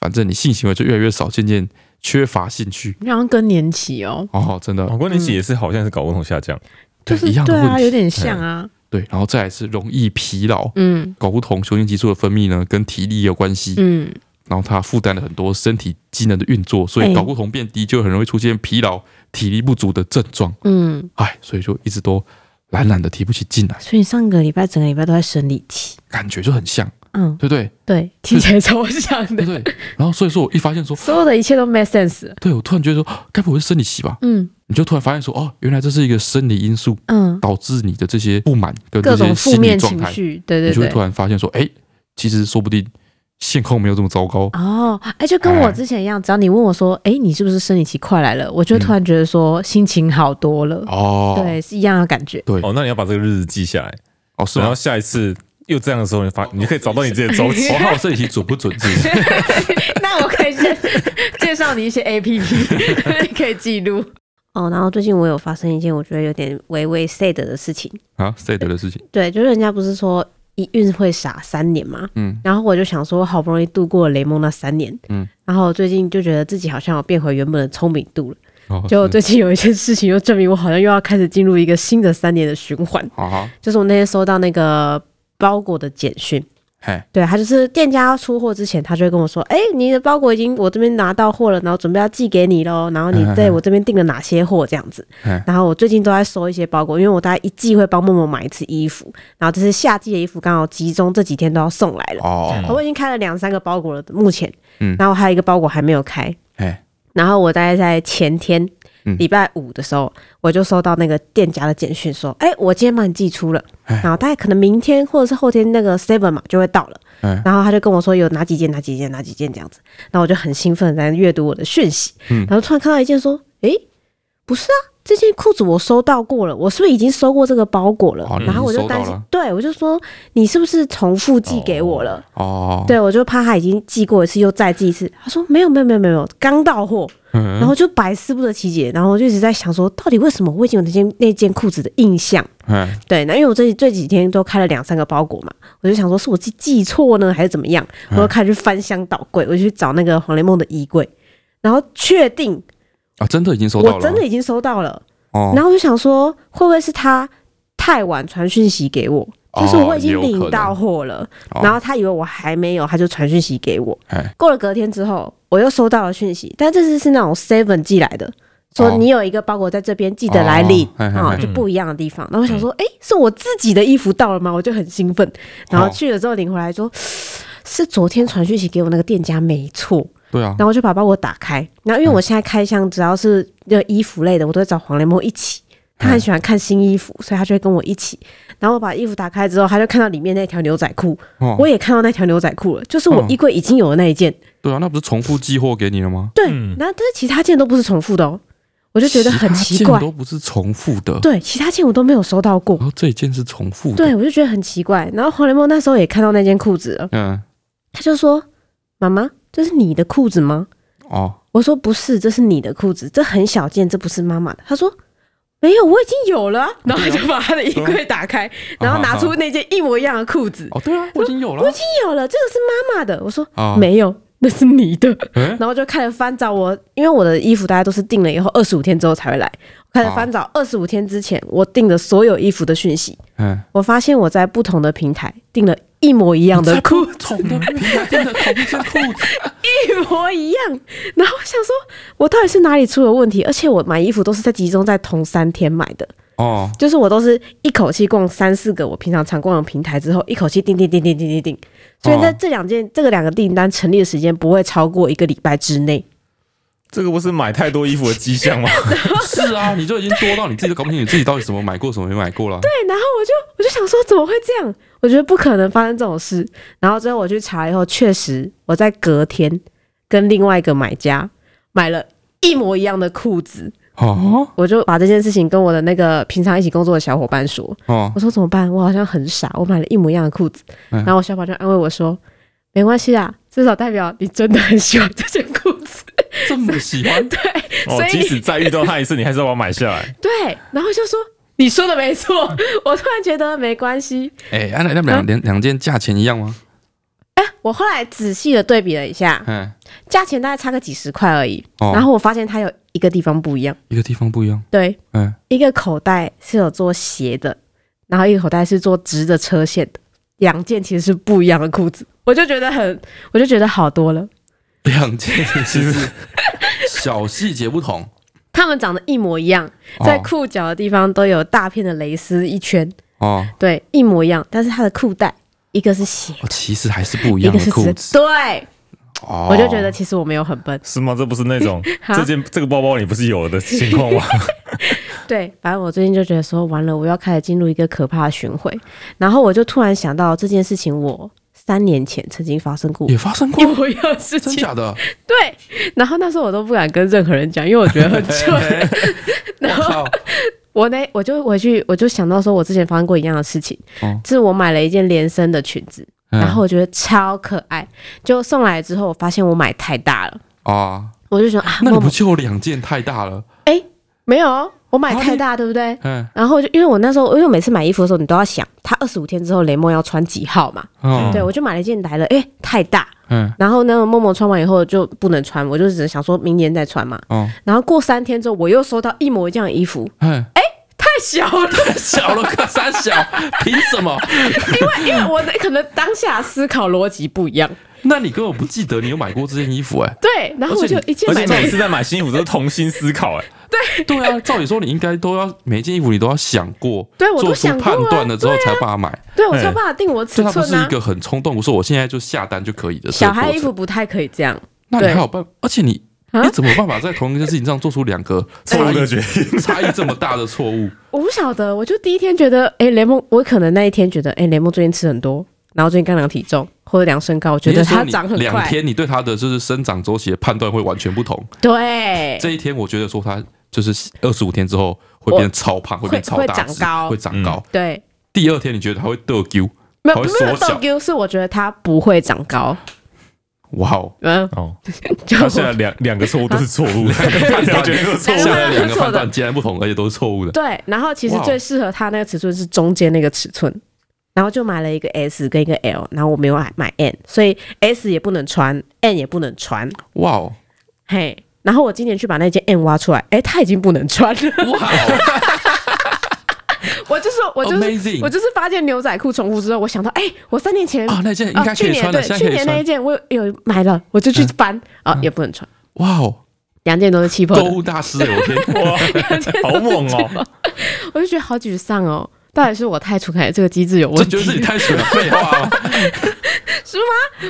反正你性行为就越来越少，渐渐缺乏兴趣。你好像更年期哦，哦，真的，王冠林姐也是好像是搞不同下降，就对是一样的对问啊，题有点像啊，对，然后再来是容易疲劳，嗯睾固酮、雄性激素的分泌呢，跟体力有关系，嗯，然后它负担了很多身体机能的运作，所以哎睾固酮变低，就很容易出现疲劳、体力不足的症状。嗯，哎，所以就一直都懒懒的提不起劲来，所以上个礼拜整个礼拜都在生理期，感觉就很像，嗯，对不对？对，听起来超像对的，不对。然后所以说我一发现说，所有的一切都 make sense 了。对我突然觉得说，啊该不会是生理期吧？嗯你就突然发现说，哦，原来这是一个生理因素嗯，导致你的这些不满跟各这种些负心理面状情态，绪，对你对就会对突。然发现说，哎，其实说不定现况没有这么糟啊糕。哦，哎，就跟我哎之前一样，只要你问我说，哎，你是不是生理期快来了，我就会嗯突然觉得说心情好多了，哦，对，是一样的感觉。 [laughs] 哦，那你要把这个日子记下来，哦，是 [laughs] 然吗哦后？下一次又这样的时候，你发你就可以找到你自己的周期 [laughs] 我。还有生理期准不准是不 [laughs] 是？那我可以先介绍你一些 A P [laughs] P，可以记录。哦，然后最近我有发生一件我觉得有点微微 sad 的事情，啊，sad 的事情，对，就是人家不是说一孕会傻三年嘛，嗯，然后我就想说，好不容易度过雷蒙那三年，嗯，然后我最近就觉得自己好像有变回原本的聪明度了，哦结果是最近有一件事情又证明我好像又要开始进入一个新的三年的循环，好好，就是我那天收到那个包裹的简讯。嘿，对，他就是店家要出货之前，他就会跟我说：“哎、你的包裹已经我这边拿到货了，然后准备要寄给你喽。然后你在我这边订了哪些货这样子。嗯然后我最近都在收一些包裹，因为我大概一季会帮默默买一次衣服，然后这次夏季的衣服刚好集中这几天都要送来了。哦，嗯我已经开了两三个包裹了，目前，嗯然后还有一个包裹还没有开。嘿，然后我大概在前天嗯礼拜五的时候，我就收到那个店家的简讯说，哎、我今天帮你寄出了，哎然后大概可能明天或者是后天那个 seven 嘛就会到了，哎然后他就跟我说有哪几件哪几件哪几件这样子，然后我就很兴奋地在阅读我的讯息，嗯然后突然看到一件说，哎、不是啊。这件裤子我收到过了，我是不是已经收过这个包裹了？哦你已经然后我就收到担心了，对我就说你是不是重复寄给我了？哦，对，我就怕他已经寄过一次又再寄一次。他说没有没有没有没有，刚到货，嗯，然后就百思不得其解，然后我就一直在想说，到底为什么我已经有那件那件裤子的印象？嗯，对，那因为我这这几天都开了两三个包裹嘛，我就想说是我记记错呢，还是怎么样？嗯我就开始去翻箱倒柜，我就去找那个黄雷梦的衣柜，然后确定啊，真的已经收到了，我真的已经收到了，哦，然后我就想说，会不会是他太晚传讯息给我？就是哦我已经有可领能到货了，哦然后他以为我还没有，他就传讯息给我。哎，过了隔天之后，我又收到了讯息，但这次是那种 Seven 寄来的，说哦你有一个包裹在这边，记得来领哦嘿嘿啊、嘿嗯就不一样的地方。然后我想说，诶，是我自己的衣服到了吗？我就很兴奋，然后哦去了之后领回来说，是昨天传讯息给我那个店家没错，对啊然，后我就把包裹打开，然后因为我现在开箱只要是那衣服类的，我都会找黄连梦一起。他很喜欢看新衣服，所以他就会跟我一起。然后我把衣服打开之后，他就看到里面那条牛仔裤，哦我也看到那条牛仔裤了，就是我嗯衣柜已经有的那一件。对啊，那不是重复寄货给你了吗？对，然后但是其他件都不是重复的哦，我就觉得很奇嗯其他怪件。都不嗯是重复的，对，其他件我都没有收到过然，后这一件是重复的，对，我就觉得很奇怪。然后黄连梦那时候也看到那件裤子了，嗯，他就说：“妈妈，这是你的裤子吗哦，？”我说：“不是，这是你的裤子，这很小件，这不是妈妈的。”他说。没有，我已经有了啊。然后他就把他的衣柜打开，啊然后拿出那件一模一样的裤子。哦，对啊，我已经有了我已经有了，这个是妈妈的。我说啊，没有，那是你的。嗯，然后就开始翻找我，因为我的衣服大家都是订了以后二十五天之后才会来，开始翻找二十五天之前我订的所有衣服的讯息，嗯，我发现我在不同的平台订了一模一样的裤子，同的平台订的同一件裤子，一模一样。然后我想说，我到底是哪里出了问题？而且我买衣服都是在集中在同三天买的， [laughs] 哦，就是我都是一口气逛三四个我平常常逛的平台之后，一口气订订订订订订订，所以那哦这两件、这个两个订单成立的时间不会超过一个礼拜之内。这个不是买太多衣服的迹象吗？是啊，你就已经多到你自己都搞不清你自己到底什么买过，什么没买过了。对，然后我就我就想说，怎么会这样？我觉得不可能发生这种事。然后最后我去查以后，确实我在隔天跟另外一个买家买了一模一样的裤子。哦我就把这件事情跟我的那个平常一起工作的小伙伴说，哦，我说怎么办？我好像很傻，我买了一模一样的裤子。嗯然后我小伙伴就安慰我说，没关系啊，至少代表你真的很喜欢这件裤子。 [laughs] 这么喜欢，哦所，以即使再遇到他一次，你还是要把它买下 [laughs] 来。对，然后就说你说的没错，我突然觉得没关系，哎，啊那那嗯两两两件价钱一样吗？我后来仔细的对比了一下，嗯，价钱大概差个几十块而已。哦然后我发现它有一个地方不一样，一个地方不一样，对，嗯，一个口袋是有做斜的，然后一个口袋是做直的车线的，两件其实是不一样的裤子。我就觉得很，我就觉得好多了，两件其实 [laughs] 小细节不同，它们长得一模一样，在哦裤脚的地方都有大片的蕾丝一圈，哦，对，一模一样。但是它的裤带一个是斜，哦其实还是不一一样个的是裤直的，子。对，哦我就觉得其实我没有很笨。是吗？这不是那种哈这件这个包包你不是有的情况吗？对，反正我最近就觉得说，完了，我要开始进入一个可怕的巡回。然后我就突然想到这件事情，我三年前曾经发生过也发生一过，模一样的事真情。假的？对，然后那时候我都不敢跟任何人讲，因为我觉得很 [laughs] 蠢。我靠！我呢，我就回去，我就想到说，我之前发生过一样的事情，哦就是我买了一件连身的裙子，嗯 [laughs] 然后我觉得超可爱，就送来之后，我发现我买太大了，啊，我就想啊，那我你不就两件太大了？没有哦，我买啊太你大，对不对？嗯，然后就因为我那时候，因为每次买衣服的时候，你都要想它二十五天之后雷梦要穿几号嘛。哦，对，我就买了一件来了，诶，太大。嗯，然后呢，默默穿完以后就不能穿，我就只能想说明年再穿嘛。哦，然后过三天之后，我又收到一模一样的衣服，嗯，太小了，小了个三小，凭什么？因为因为我的可能当下思考逻辑不一样。那你根本不记得你有买过这件衣服哎、对，然后我就而且一件而买且到每次在买新衣服都是童心思考，哎，对啊，照理说你应该都要每件衣服你都要想过，对我都做想出过啊判断了之后才把它买，对啊我才有办法定我尺这哎它不寸是一啊。个很冲动，我说我现在就下单就可以的。小孩衣这个服过程，不太可以这样，那你对还有办？而且你啊你怎么有办法在同一件事情上做出两个错差误的异决定。差异这么大的错误？我不晓得，我就第一天觉得，诶，雷梦，我可能那一天觉得，哎诶，雷梦最近吃很多，然后最近刚量体重或者量身高，我 [laughs] 觉得你是说他你长很两快，天你对它的就是生长周期的判断会完全不同。对，这一天我觉得说它就是二十五天之后会变超胖，会变超大只会长高会长高。对，第二天你觉得它会得丢？没有它会没缩有小豆丢，是我觉得它不会长高，哇哦！嗯，哦，就他现在两两个错误都是错误的，他两个决 [laughs] 定都是错哎误下对对的。来两没个错的判断截然不同，而且都是错误的。对，然后其实哇哦最适合它那个尺寸是中间那个尺寸，然后就买了一个 S 跟一个 L，然后我没有买买 N，所以 S 也不能穿，N 也不能穿，哇哦！嘿。然后我今年去把那件 N 挖出来，哎，它已经不能穿了。哇哦！ [laughs] 我就说，我就是 Amazing 我就是发现牛仔裤重复之后，我想到，哎，我三年前啊，那件应啊该可去以年穿对的，现去在可年以那穿嗯一。件我有有买了，我就去翻啊，也不能穿，哇哦！两件都是气泡 [laughs] 购的。物大师，欸我天！哇，好猛 [laughs] 哦！ [laughs] 我就觉得好沮丧哦。到底是我太粗看这个机制有这问觉题得是你太喜欢废话了。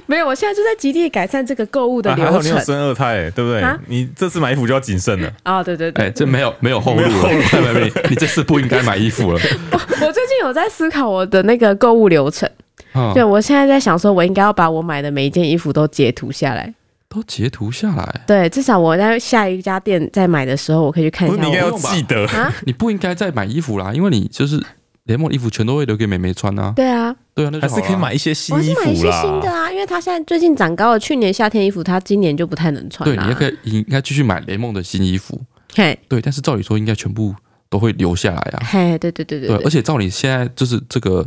没有，我现在就在极力改善这个购物的啊还好流你程有生二胎，哎对不对啊？你这次买衣服就要谨慎了。啊、对对对，哎，这没有没有后路没有了后路，没有没有， [laughs] 你这次不应该买衣服了。 [laughs] 哦我最近有在思考我的那个购物流程。哦啊对，我现在在想说，我应该要把我买的每一件衣服都截图下来。都截图下来，对，至少我在下一家店在买的时候，我可以去看不哦一是你应该下要哎我。记得，你不应该再买衣服啦，因为你就是联盟的衣服全都会留给美眉穿啊。对啊，对啊，那就还好是可以啦买一些新我是衣买一服些新的啦。啊，因为它现在最近长高了。去年夏天衣服，它今年就不太能穿对，了、你也可以，你应该继续买雷梦的新衣服。嘿，对，但是照理说应该全部都会留下来啊。嘿，对对对对对，而对，且照你现在就是这个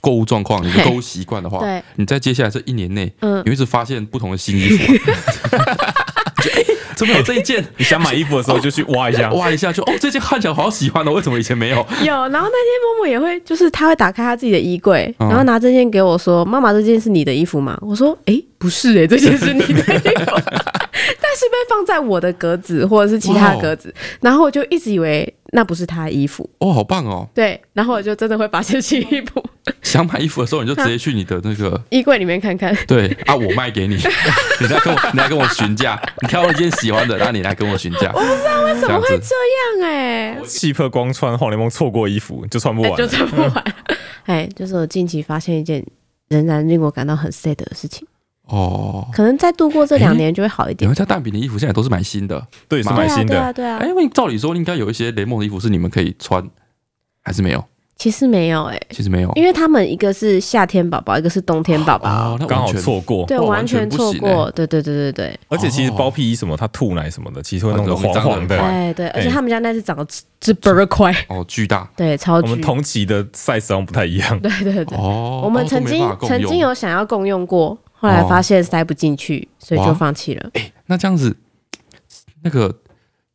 购物状况，你的嘿购物习惯的话，对，你在接下来这一年内，嗯你会一直发现不同的新衣服啊。怎么有这一件？你想买衣服的时候就去 [laughs] 挖一下，挖一下就哦，这件看起来好喜欢哦，为什么以前没有？ [laughs] 有，然后那天默默也会，就是他会打开他自己的衣柜，嗯然后拿这件给我说：“妈妈，这件是你的衣服吗？”我说：“诶，不是诶，这件是你的衣服，但 [laughs] 是被放在我的格子或者是其他格子。”嗯然后我就一直以为那不是他的衣服，哦，好棒哦！对，然后我就真的会把这件衣 [laughs] 服想买衣服的时候，你就直接去你的那个衣柜里面看看。对啊，我卖给你， [laughs] 你来跟我，你来跟我询价，你挑一件喜欢的，那你来跟我询价。我不知道为什怎么会这样诶，气破光穿《荒联盟》错过衣服就穿不哎完了，就穿不完。 [laughs] 哎，就是我近期发现一件仍然令我感到很 sad 的事情，哦。可能再度过这两诶年就会好一你点。们家蛋饼的衣服现在都是买新的，对，是对买新对啊，的。对啊，哎，对啊。因为照理说应该有一些雷蒙的衣服是你们可以穿，还是没有？其实没有诶。其实没有，因为他们一个是夏天宝宝，一个是冬天宝宝，哦，那啊刚完好全错过，对，哇完全完全不错行欸过，对对对对对，而且其实哦包屁衣什么，它吐奶什么的，其实会弄得很容易黄黄对脏的。的哎对，而且哎他们家那只长得这倍儿 [laughs] 快，哦，巨大对，超我巨们，同期的 size 好像不太一样，对对对，哦。我们哦曾都没经办法共曾用经有想要共用过，后来哦发现塞不进去，所以就哇哎放弃了。那这样子，那个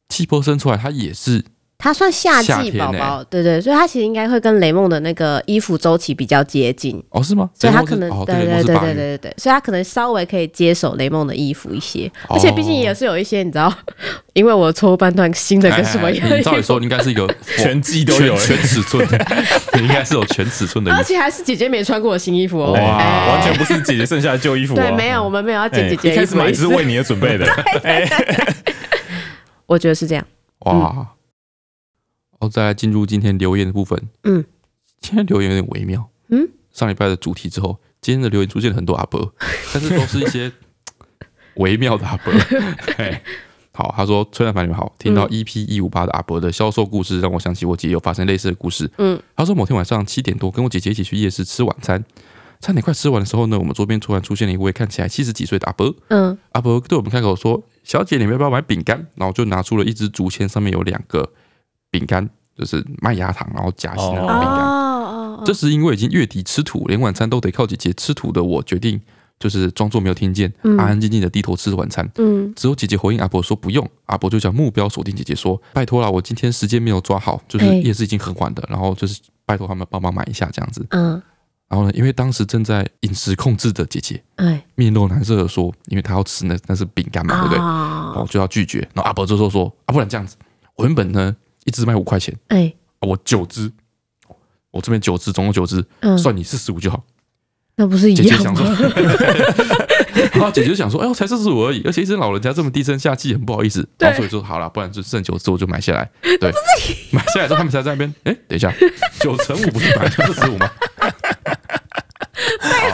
气泡生出来，它也是它算夏夏季天宝欸宝，对对，所以它其实应该会跟雷梦的那个衣服周期比较接近，哦，是吗？所以它雷蒙是可能哦，对雷蒙对是对八对月对对，所以它可能稍微可以接手雷梦的衣服一些，而且毕竟也哦是有一些你知道， [laughs] 因为我错误判断新的哎跟什么哎样哎的你衣照理服。说应该是一个 [laughs] 全季都有全全尺寸， [laughs] 你应该是有全尺寸的而衣服。且还是姐姐没穿过的新衣服哦。哎哇完全不是姐姐剩下的旧衣服啊。对，没有，我们没有要捡姐姐哎一的开衣始服的买意只是思。为你而准 [laughs] 备的，我觉得是这样。嗯哇！哦，再来进入今天留言的部分。嗯，今天留言有点微妙。嗯，上礼拜的主题之后，今天的留言出现了很多阿伯，但是都是一 [laughs] 些微妙的阿伯。哎嘿好，他说：“崔老板你们好，听到 EP 一五八的阿伯的销售故事，让我想起我姐有发生类似的故事。嗯，他说某天晚上七点多，跟我姐姐一起去夜市吃晚餐，餐点快吃完的时候呢，我们桌边突然出现了一位看起来七十几岁的阿伯。嗯阿伯对我们开口说：“小姐，你们要不要买饼干？”然后就拿出了一支竹签，上面有两个饼干，就是麦芽糖，然后夹心的那哦种饼干。哦这时因为已经月底吃土，连晚餐都得靠姐姐吃土的我，决定就是装作没有听见，嗯安安静静的低头吃晚餐。嗯只有姐姐回应阿伯说不用，阿伯就将目标锁定姐姐说：“拜托啦，我今天时间没有抓好，就是哎夜市已经很晚的，然后就是拜托他们帮忙买一下这样子。嗯，”然后呢，因为当时正在饮食控制的姐姐哎面露难色的说，因为她要吃那那是饼干嘛，对不对？然啊后就要拒绝。然后阿伯这时候说：“啊，不然这样子，我原本呢一只卖五块钱，哎啊我九只，我这边九只，总共九只，嗯，算你四十五就好。那不是一姐姐样想吗 [laughs] 说？， [laughs] 然后姐姐就想说：“哎呦，才四十五而已，而且一只老人家这么低声下气，很不好意思。”哦对然后所以说好了，不然就剩九只我就买下来。对，买下来之后他们才在那边，哎，等一下，九乘五不是本来就四十五吗？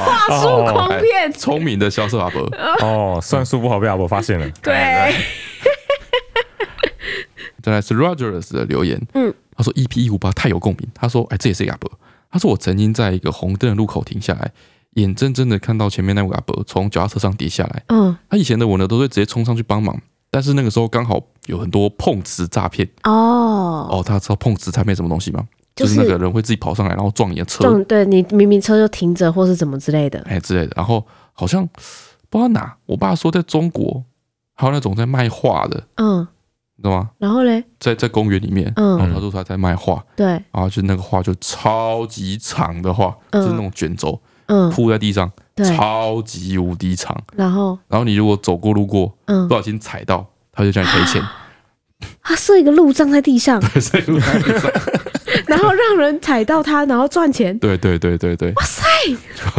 话术哦狂骗，聪明的销售阿 [laughs] 伯，哦，算数不好被阿伯发现了。对，再来是 Rogers 的留言，嗯嗯，他说 EP 一五八太有共鸣，他说，哎，这也是一个阿伯，他说我曾经在一个红灯的路口停下来，眼睁睁的看到前面那位阿伯从脚踏车上跌下来，嗯他以前的我呢都会直接冲上去帮忙，但是那个时候刚好有很多碰瓷诈骗，哦，哦，他知道碰瓷诈骗什么东西吗？就就是是那个人会自己跑上来，然后撞你的车，撞对你明明车就停着或是怎么之类的，哎之类的，然后好像不知道哪，我爸说在中国还有那种在卖画的，嗯，你知道吗？然后嘞，在在公园里面，然后嗯他说他在卖画。对，然后就那个画就超级长的画，嗯就是那种卷轴嗯铺在地上，对，超级无敌长。然后然后你如果走过路过，嗯啊不，小心踩到，他就叫你赔钱。他设一个路障在地上，所以路上就这样 [laughs] 然后让人踩到他，然后赚钱， [laughs] 对对对对对，哇塞！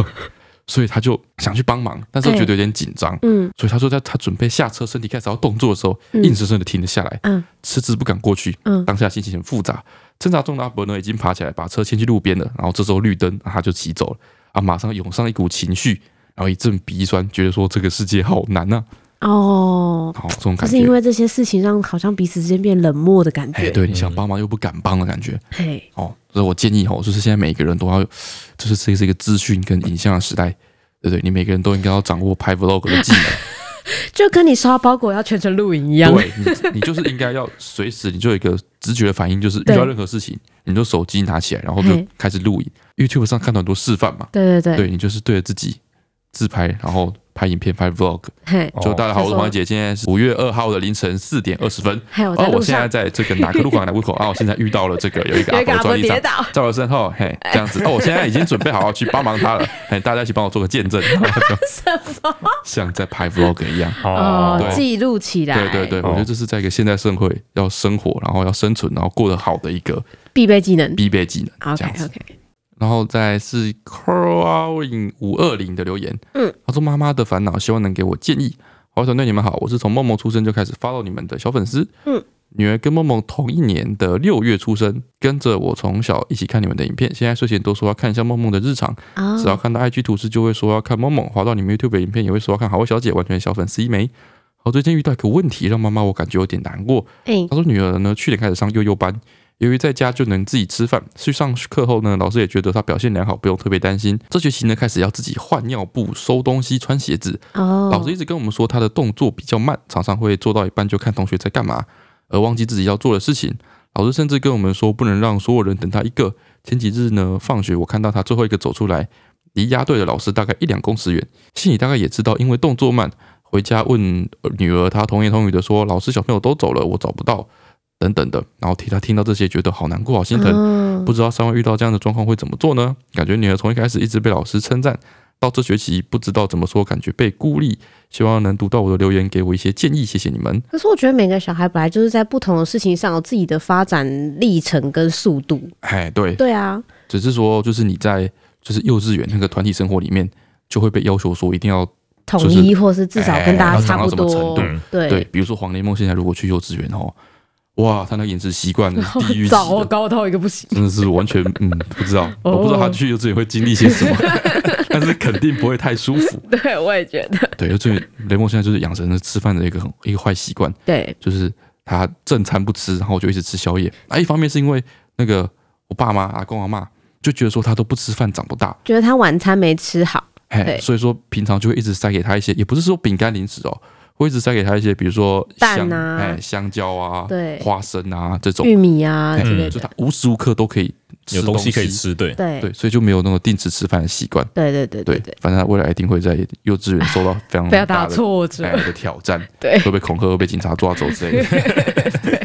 [laughs] 所以他就想去帮忙，但是又觉得有点紧张，嗯所以他说在他准备下车，身体开始要动作的时候，嗯硬生生的停了下来，嗯迟迟不敢过去。嗯当下心情很复杂，挣扎中的阿伯呢已经爬起来，把车牵去路边了。然后这时候绿灯，啊他就骑走了。啊，马上涌上一股情绪，然后一阵鼻酸，觉得说这个世界好难呐、哦，好，这种就感是因觉。为这些事情让好像彼此之间变冷漠的感哎，觉。对，你想帮忙又不敢帮的感觉。嘿，哦，所以我建议哦，就是现在每个人都要，就是这是一个资讯跟影像的时代，对不对？你每个人都应该要掌握拍 vlog 的技能。就跟你刷包裹要全程录影一样。对你， [laughs] 你就是应该要随时，你就有一个直觉的反应，就是遇对到任何事情，你就手机拿起来，然后就嘿开始录影。YouTube 上看到很多示范嘛，对对对对你就是对着自己自拍，然后拍影片、拍 vlog。嘿， [laughs] 哦就大家好，我没是错黄姐，现在是五月二号的凌晨四点二十分。还有我在哦，路我现在上在这个哪个路口哪个路 [laughs] 口啊？我现在遇到了这个有一个有阿一个伯阿伯坐在地跌上，倒，在我身后，嘿，这样子。哦，我现在已经准备好要去帮忙他了，嘿，大家一起帮我做个见证， [laughs] 像在拍 vlog 一样。哦对，记录起来，对对对，我觉得这是在一个现代社会要生活，然后要生存，然后过得好的一个必备技能。必备技能，OK 这样子。 OK，然后再是 Crowing 五二零的留言，嗯，他说妈妈的烦恼，希望能给我建议。好，团队你们好，我是从梦梦出生就开始 follow 你们的小粉丝，嗯，女儿跟梦梦同一年的六月出生，跟着我从小一起看你们的影片，现在睡前都说要看一下梦梦的日常，啊哦只要看到 IG 图示就会说要看梦梦，滑到你们 YouTube 的影片也会说要看好味小姐，完全小粉丝一枚。好，最近遇到一个问题，让妈妈我感觉有点难过，哎他说女儿呢去年开始上幼幼班，由于在家就能自己吃饭，去上课后呢，老师也觉得她表现良好，不用特别担心。这学期呢开始要自己换尿布、收东西、穿鞋子。哦，老师一直跟我们说她的动作比较慢，常常会做到一半就看同学在干嘛，而忘记自己要做的事情。老师甚至跟我们说不能让所有人等她一个。前几日呢放学，我看到她最后一个走出来，离押队的老师大概一两公尺远，心里大概也知道，因为动作慢。回家问女儿，她童言童语的说：“老师，小朋友都走了，我找不到。”等等的，然后替她听到这些，觉得好难过，好心疼。疼不知道三位遇到这样的状况会怎么做呢？感觉女儿从一开始一直被老师称赞，到这学期不知道怎么说，感觉被孤立。希望能读到我的留言，给我一些建议，谢谢你们。可是我觉得每个小孩本来就是在不同的事情上有自己的发展历程跟速度。哎，对，对啊，只是说就是你在就是幼稚园那个团体生活里面，就会被要求说一定要统就是一或是至少跟大哎家要长差到不什么程多度。嗯对对，比如说黄连梦现在如果去幼稚园哦，哇，他那个饮食习 [laughs] 惯地狱级糟的，糕到一个不 [laughs] 行。真的是完全嗯不知道，哦我不知道他去幼稚园会经历些什 [laughs] 么，但是肯定不会太舒服。对，我也觉得。对，幼稚园雷梦现在就是养成了吃饭的一个很一个坏习惯，对，就是他正餐不吃，然后就一直吃宵夜。啊那一方面是因为那个我爸妈阿公阿妈就觉得说他都不吃饭长不大，觉得他晚餐没吃好，嘿对，所以说平常就会一直塞给他一些，也不是说饼干零食哦，会一直塞给他一些，比如说蛋香啊哎，香蕉啊，对花生啊这种，玉米啊嘿之类就的他。无时无刻都可以吃有东西可以，吃，对，对对，所以就没有那种定时吃饭的习惯。对对对对对对，，反正他未来一定会在幼稚园受到非 [laughs] 常不要大打的挫折哎。的挑战，对会被恐吓，会被警察抓走之类的。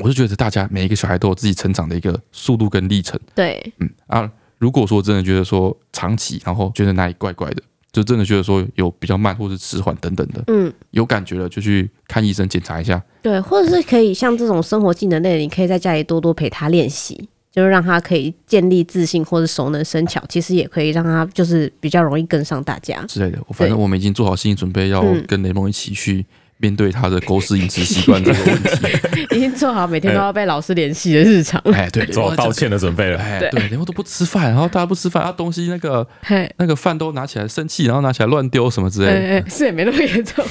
我是觉得大家每一个小孩都有自己成长的一个速度跟历程，对嗯啊，如果说真的觉得说长期，然后觉得哪里怪怪的，就真的觉得说有比较慢或是迟缓等等的，嗯有感觉了就去看医生检查一下，对，或者是可以像这种生活技能类的，你可以在家里多多陪他练习。就是让他可以建立自信，或者熟能生巧，其实也可以让他就是比较容易跟上大家。之类的。我反正我们已经做好心理准备，要嗯跟雷蒙一起去面对他的狗屎饮食习惯这个问题。已经做好每天都要被老师联系的日常。哎，对，做好道。歉的准备了。哎，对，雷蒙都不吃饭，然后大家不吃饭，他啊东西那个嘿，那个饭都拿起来生气，然后拿起来乱丢什么之类的。哎，是也没那么严 [laughs] 重。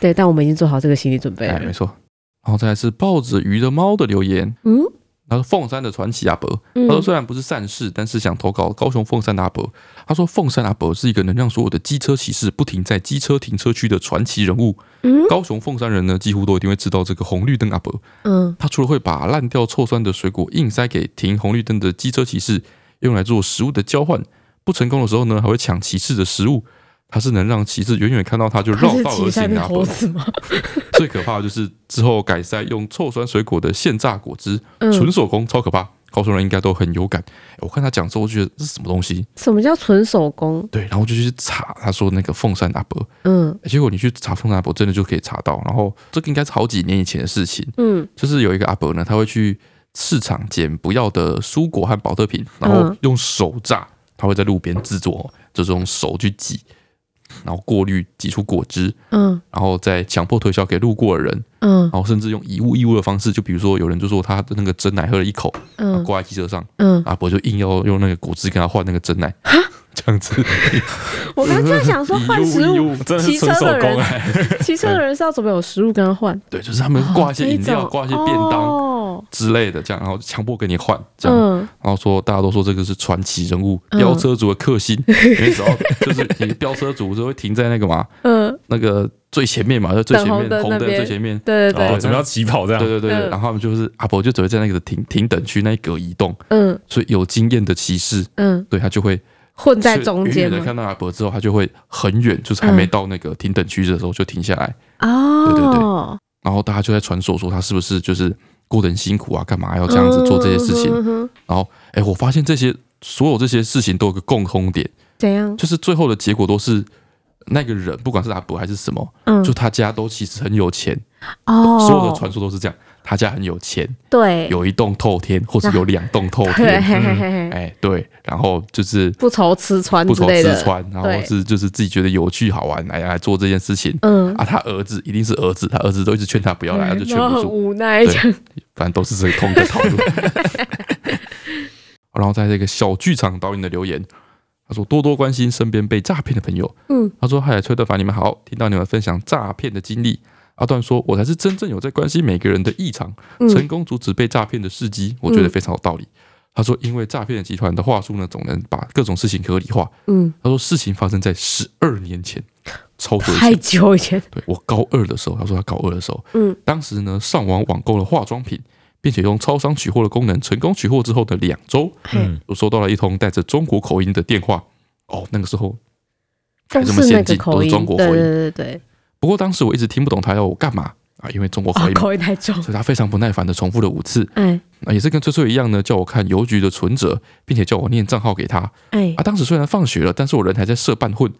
对，但我们已经做好这个心理准备哎，了没。错。然后再来是抱着鱼的猫的留言，嗯他说凤山的传奇阿伯，他嗯说虽然不是善事，但是想投稿高雄凤山的阿伯。他说凤山阿伯是一个能让所有的机车骑士不停在机车停车区的传奇人物。嗯高雄凤山人呢，几乎都一定会知道这个红绿灯阿伯。嗯他除了会把烂掉臭酸的水果硬塞给停红绿灯的机车骑士，用来做食物的交换，不成功的时候呢，还会抢骑士的食物。他是能让骑士远远看到他就绕是道而骑行啊山的的阿伯猴。子吗？最可怕的就是之后改塞用臭酸水果的现榨果汁，纯手工超可怕。高雄人应该都很有感。欸我看他讲之后，我就觉得这是什么东西？什么叫纯手工？对，然后就去查，他说那个凤山阿伯，嗯欸结果你去查凤山阿伯，真的就可以查到。然后这个应该是好几年以前的事情，嗯就是有一个阿伯呢，他会去市场捡不要的蔬果和保特瓶，然后嗯用手榨，他会在路边制作，就是用手去挤，然后过滤挤出果汁，嗯然后再强迫推销给路过的人。嗯然后甚至用以物易物的方式，就比如说有人就说他的那个真奶喝了一口，然啊后嗯挂在机车上，嗯，阿伯就硬要用那个果汁跟他换那个真奶，这样子我刚刚就在想说换 [laughs] 食以物易物，物，真的是纯手工哎， [laughs] 骑车的人是要怎么有食物跟他换？对，就是他们挂一些饮料、哦挂一些便当哦，之类的，这样，然后强迫给你换，这样，嗯然后说大家都说这个是传奇人物，嗯飙车族的克星，因为只要就是你飙车族就会停在那个嘛，嗯，那个最前面嘛，就最前等红面灯红灯那边最前面，对对哦，对，准备要起跑对这样，对对对，嗯然后他们就是阿伯就只会在那个停停等区那一格移动，嗯所以有经验的骑士嗯对他就会混在是中远间远的吗？看到阿伯之后，他就会很远，就是嗯还没到那个停等区的时候就停下来，对对对哦，然后大家就在传说说他是不是就是过得很辛苦啊，干嘛要这样子做这些事情？嗯哼然后，哎，我发现这些所有这些事情都有个共通点，怎样？就是最后的结果都是那个人，不管是阿伯还是什么，嗯就，他家都其实很有钱，哦，所有的传说都是这样，他家很有钱，对，有一栋透天，或是有两栋透对， [laughs] [laughs] 嘿天，嘿嘿嘿哎，对，然后就是不愁吃穿不之愁类吃的，穿，然后对是就是自己觉得有趣好玩，来来做这件事情。嗯，啊，他儿子一定是儿子，他儿子都一直劝他不啊要来，他就嗯劝然后不很住，无奈这对样。反正都是这个同一个套路。 [laughs] 然后在这个小剧场导演的留言，他说多多关心身边被诈骗的朋友。嗯，他说：“嗨，崔德凡，你们好，听到你们分享诈骗的经历。”阿段说：“我才是真正有在关心每个人的异常，嗯成功阻止被诈骗的事迹，我觉得非常有道理。他说：“因为诈骗集团的话术呢，总能把各种事情合理化。”嗯，他说：“事情发生在十二年前，超久以前太久以前，对我高二的时候，他说他高二的时候，嗯，当时呢上网网购了化妆品，并且用超商取货的功能成功取货之后的两周，嗯嘿，我收到了一通带着中国口音的电话。哦，那个时候，都还这么是那先个进口都是音，中国对口音对对对，不过当时我一直听不懂他要我干嘛啊，因为中国口哦，音嘛，口音太重，所以他非常不耐烦的重复了五次。哎啊，也是跟翠翠一样呢，叫我看邮局的存折，并且叫我念账号给他。哎啊，，当时虽然放学了，但是我人还在社办混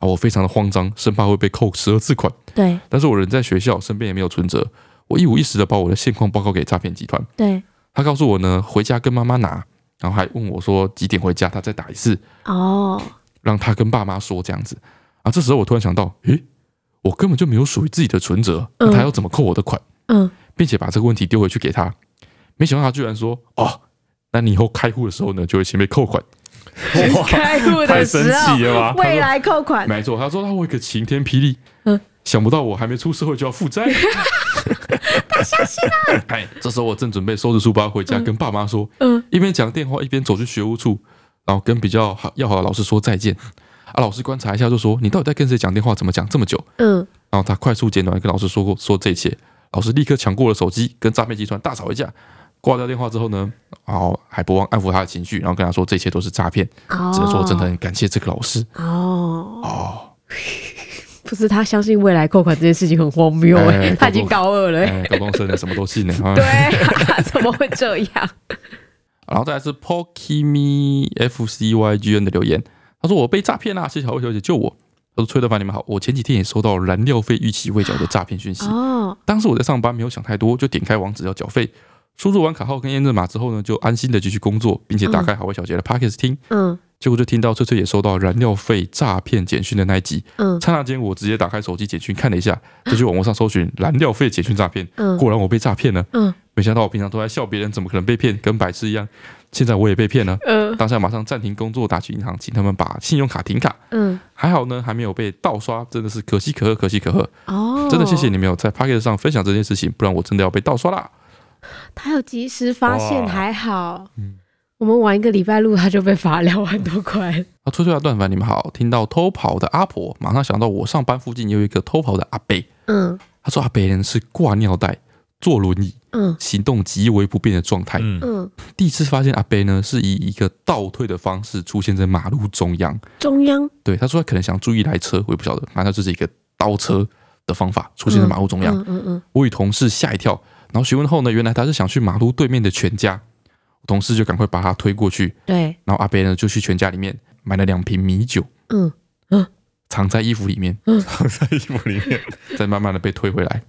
啊，我非常的慌张，生怕会被扣十二次款。对但是我人在学校，身边也没有存折，我一五一十的把我的现况报告给诈骗集团。对，他告诉我呢，回家跟妈妈拿，然后还问我说几点回家，他再打一次，哦，让他跟爸妈说这样子。啊，这时候我突然想到，诶，我根本就没有属于自己的存折，那他要怎么扣我的款？嗯，并且把这个问题丢回去给他，没想到他居然说，哦，那你以后开户的时候呢，就会先被扣款。哇，开户太的神时候奇，了吧！未来扣 [laughs] 款，没错，他说他会一个晴天霹雳，嗯想不到我还没出社会就要负债，太相信了。 [laughs] 哎，这时候我正准备收拾书包回家跟爸妈说，嗯一边讲电话一边走去学务处，然后跟比较好要好的老师说再见。啊，老师观察一下就说你到底在跟谁讲电话，怎么讲这么久？嗯，然后他快速简短地跟老师说过说这一切，老师立刻抢过了手机，跟诈骗集团大吵一架。挂掉电话之后呢，然后还不忘安抚他的情绪，然后跟他说这一切都是诈骗，哦，只能说真的很感谢这个老师。哦， [laughs] 不是他相信未来扣款这件事情很荒谬哎哎，哎他已经高二了，哎哎，高中生的什么 [laughs] 都信呢。啊对啊，怎么会这 [laughs] 样？然后再来是 Pokimi FCYGN 的留言，他说我被诈骗啦，谢谢好味小姐救我。他说崔德凡你们好，我前几天也收到燃料费逾期未缴的诈骗讯息，哦，当时我在上班，没有想太多，就点开网址要缴费，输入完卡号跟验证码之后呢，就安心的继续工作，并且嗯打开好味小姐的 Pockets 听，嗯结果就听到翠翠也收到燃料费诈骗简讯的那一集，嗯刹那间我直接打开手机简讯看了一下，就去网络上搜寻燃料费简讯诈骗，嗯，果然我被诈骗了。嗯，没想到我平常都在笑别人，怎么可能被骗，跟白痴一样。现在我也被骗了，嗯，当下马上暂停工作，打去银行，请他们把信用卡停卡。嗯还好呢，还没有被盗刷，真的是可喜可贺，可喜可贺。哦，真的谢谢你们有在 p a c k e t 上分享这件事情，不然我真的要被盗刷啦。他有及时发现，哇还好。嗯我们玩一个礼拜路，他就被罚两万多块。啊，吹吹啊，段凡，你们好！听到偷跑的阿婆，马上想到我上班附近也有一个偷跑的阿伯。嗯他说阿伯人是挂尿袋、坐轮椅、嗯行动极为不便的状态。嗯，嗯，第一次发现阿伯呢是以一个倒退的方式出现在马路中央。中央，对，他说他可能想注意来车，我也不晓得，反正这是一个倒车的方法，出现在马路中央。嗯嗯嗯，我与同事吓一跳，然后询问后呢，原来他是想去马路对面的全家，我同事就赶快把他推过去，对，然后阿贝呢就去全家里面买了两瓶米酒，嗯藏在衣服里面，在衣服里 [laughs] 面，再慢慢的被推回来。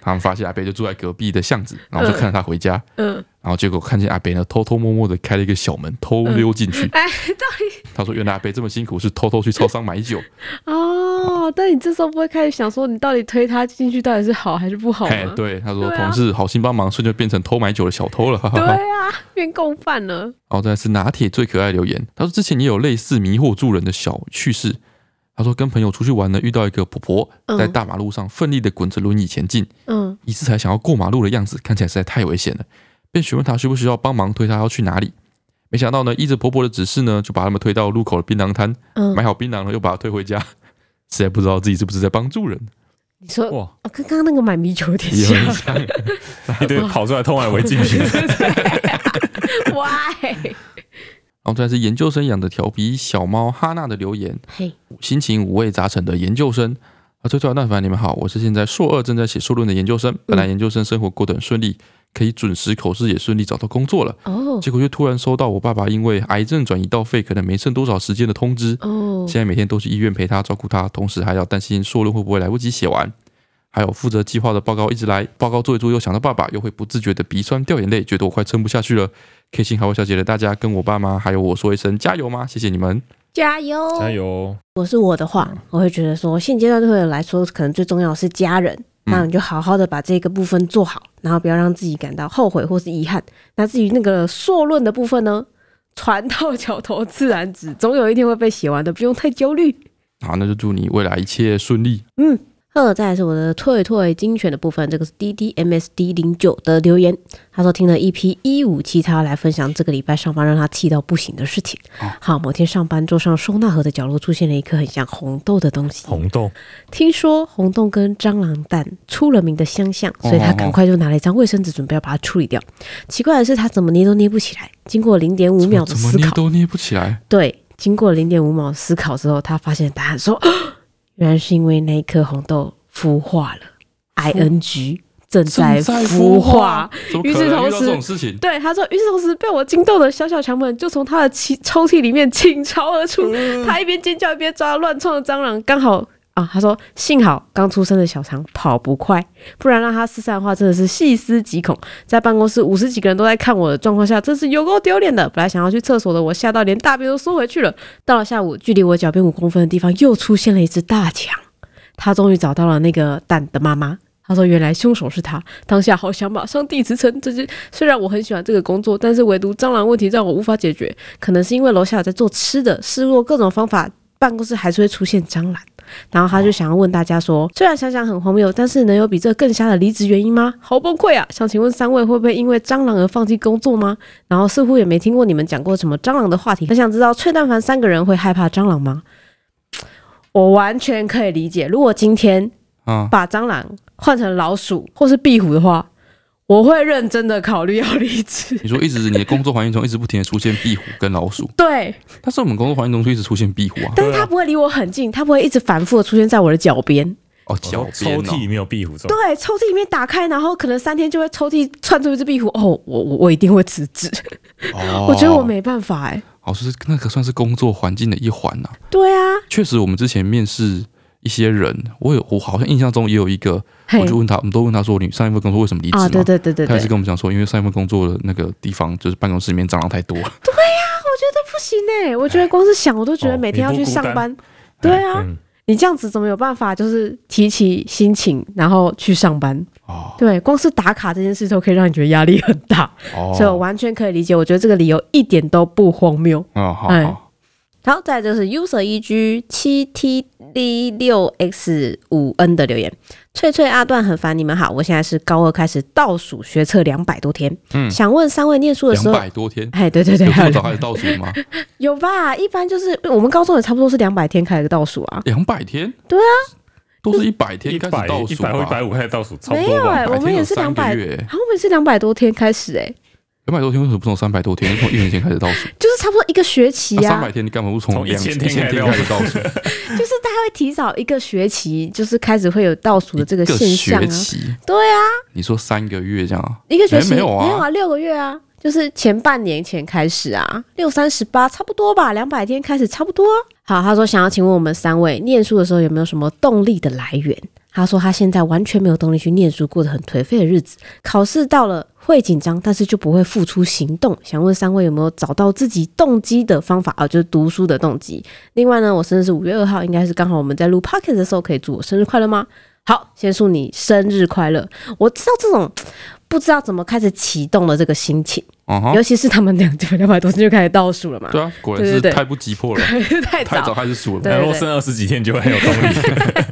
他们发现阿贝就住在隔壁的巷子，然后就看着他回家，嗯，然后结果看见阿贝呢偷偷摸摸的开了一个小门，偷溜进 [laughs] 去。哎，到底他说原来阿贝这么辛苦是偷偷去超商买酒，哦？但你这时候不会开始想说，你到底推他进去到底是好还是不 [laughs] 好哎吗，？对，他说对啊同事好心帮忙，瞬间变成偷买酒的小偷了，哈哈对哈。啊，变共犯了。然后再来是拿铁最可爱的留言，他说之前也有类似迷惑住人的小趣事。他说跟朋友出去玩呢，遇到一个婆婆嗯在大马路上奋力的滚着轮椅前进，嗯一次才想要过马路的样子，看起来实在太危险了，便询问她需不需要帮忙推她要去哪里。没想到呢，依着婆婆的指示呢，就把他们推到路口的槟榔摊，嗯，买好槟榔了，又把她推回家。实在不知道自己是不是在帮助人，你说哇，哦跟刚刚那个买米酒有点也像，很像。 [laughs] [laughs] 一堆跑出来偷买违禁品， [laughs] why？然后再来是研究生养的调皮小猫哈娜的留言，嘿，心情五味杂陈的研究生。啊，最最好，但凡你们好，我是现在硕二正在写硕论的研究嗯生。本来研究生生活过得很顺利，可以准时口试，也顺利找到工作了。哦结果却突然收到我爸爸因为癌症转移到肺，可能没剩多少时间的通知。哦，现在每天都去医院陪他照顾他，同时还要担心硕论会不会来不及写完。还有负责计划的报告一直来，报告做一做又想到爸爸，又会不自觉的鼻酸掉眼泪，觉得我快撑不下去了。K 星好我小姐的大家跟我爸妈还有我说一声加油吗？谢谢你们。加油！加油！我是我的话，我会觉得说，现阶段对我来说，可能最重要的是家人。嗯那你就好好的把这个部分做好，然后不要让自己感到后悔或是遗憾。那至于那个硕论的部分呢，船到桥头自然直，总有一天会被写完的，不用太焦虑。好，啊那就祝你未来一切顺利。二，再来是我的退退精选的部分，这个是 D D M S D 零九的留言，他说听了一 P 一五七，他要来分享这个礼拜上班让他气到不行的事情。哦好，某天上班桌上收纳盒的角落出现了一颗很像红豆的东西，哦红豆听说红洞跟蟑螂蛋出了名的相像，哦所以他赶快就拿了一张卫生纸，准备要把它处理掉。奇怪的是，他怎么捏都捏不起来。经过零点五秒的怎么思捏考，都捏不起 [laughs] 来。对，经过零点五秒思考之后，他发现答案说，啊原来是因为那一颗红豆孵化了，I N G 正在正在孵孵化化。怎么可与此能同遇到时这种事情？对，他说，与此同时，被我惊动的小小强们就从他的气抽屉里面倾巢而出，他一边尖叫一边抓乱窜的蟑螂，刚好啊，他说幸好刚出生的小强跑不快，不然让他失散的话真的是细思极恐。在办公室五十几个人都在看我的状况下，真是有够丢脸的。本来想要去厕所的我，吓到连大便都缩回去了。到了下午，距离我脚边五公分的地方又出现了一只大强，他终于找到了那个蛋的妈妈。他说：“原来凶手是他，当下好想马上递辞呈。这只虽然我很喜欢这个工作，但是唯独蟑螂问题让我无法解决。可能是因为楼下有在做吃的，试过各种方法，办公室还是会出现蟑螂。然后他就想要问大家说，虽然想想很荒谬，但是能有比这更瞎的离职原因吗？好崩溃啊！想请问三位会不会因为蟑螂而放弃工作吗？然后似乎也没听过你们讲过什么蟑螂的话题，很想知道崔但凡三个人会害怕蟑螂吗？我完全可以理解，如果今天啊，把蟑螂换成老鼠或是壁虎的话，我会认真的考虑要离职。 [laughs] 你说一直你的工作环境中一直不停的出现壁虎跟老鼠， [laughs] 对，啊但是我们工作环境中就一直出现壁虎啊。但是它不会离我很近，它不会一直反复的出现在我的脚边。哦，小脚抽边哦屉没有壁虎这种，对，抽屉里面打开，然后可能三天就会抽屉窜出一只壁虎。哦，我我我一定会辞职，哦我觉得我没办法哎、哦，是那可算是工作环境的一环呐、对啊，确实，我们之前面试一些人，我有我好像印象中也有一个，嘿我就问他，我们都问他说你上一份工作为什么离职嘛？啊，对对对对他对，也是跟我们讲说，因为上一份工作的那个地方就是办公室里面蟑螂太 [laughs] 多了。不行哎、我觉得光是想我都觉得哦每天要你不去孤上单班。对啊，嗯，你这样子怎么有办法就是提起心情，然后去上班？ [laughs] 哦对，光是打卡这件事都可以让你觉得压力很大。所以我哦，完全可以理解，我觉得这个理由一点都不荒谬。哦嗯，好哎好，好，再来就是 user e g 七 t d 六 x 五 n 的留言，翠翠阿段很烦你们好，我现在是高二开始倒数学测两百多天，嗯想问三位念书的两时候，百多天，哎，对对 [laughs] 对，啊有这还么有早两还有倒数吗？有吧？一般就是我们高中也差不多是两百天开一个倒数啊，两百天？对啊，都是一百天一开始百倒一数啊百或一吧百？五开始倒数，差不没多有哎、吧。我们也是两两百，月欸，好，我们也是两百多天开始哎、两百多天为什么不从三百多天？从一年前开始倒 [laughs] 数？就是差不多一个学期那啊，三百天你干嘛不从从两1000一天千开始天开始倒数？ [laughs] 就是大概会提早一个学期，就是开始会有倒数的这一现象学啊，期，对啊。你说三个月这样啊？一个学期哎没有啊六个月啊，就是前半年前开始啊，六三十八差不多吧，两百天开始差不多啊、好，他说想要请问我们三位，念书的时候有没有什么动力的来源？他说他现在完全没有动力去念书，过得很颓废的日子。考试到了会紧张，但是就不会付出行动。想问三位有没有找到自己动机的方法啊？就是读书的动机。另外呢，我生日是五月二号，应该是刚好我们在录 p o c k e t 的时候，可以祝我生日快乐吗？好，先祝你生日快乐。我知道这种不知道怎么开始启动了这个心情，嗯哼尤，其是他们两两百多天就开始倒数了嘛，对啊，果然对是对对太不急迫了， [laughs] 太太早早。开始数了对嘛。那如果剩二十几天，你就会很有动力。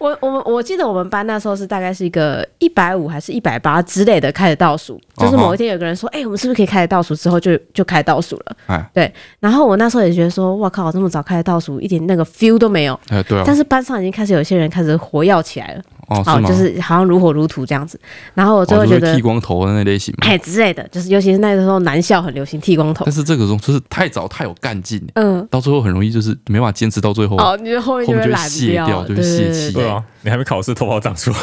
我我们我记得我们班那时候是大概是一个一百五还是一百八之类的开始倒数，就是哦吼某一天有个人说，哎、我们是不是可以开始倒数？[laughs] 之后就就开始倒数了。哎对，然后我那时候也觉得说，哇靠，这么早开始倒数，一点那个 feel 都没有。哎，对啊但，是班上已经开始有些人开始活跃起来了，哦，哦是，吗？就是好像如火如剃这样子。然后我最哦后就觉是得剃，光头的那类型嘛。哎、之类的，就是尤其是那时候男校很流行剃光头但，是这个东西就是太早太有干劲了，嗯，到最后很容易就是没办法坚持到最后。啊哦，你就后面后面会就会懒卸掉就对会泄对气对对对啊，你还没考试，头发长出来，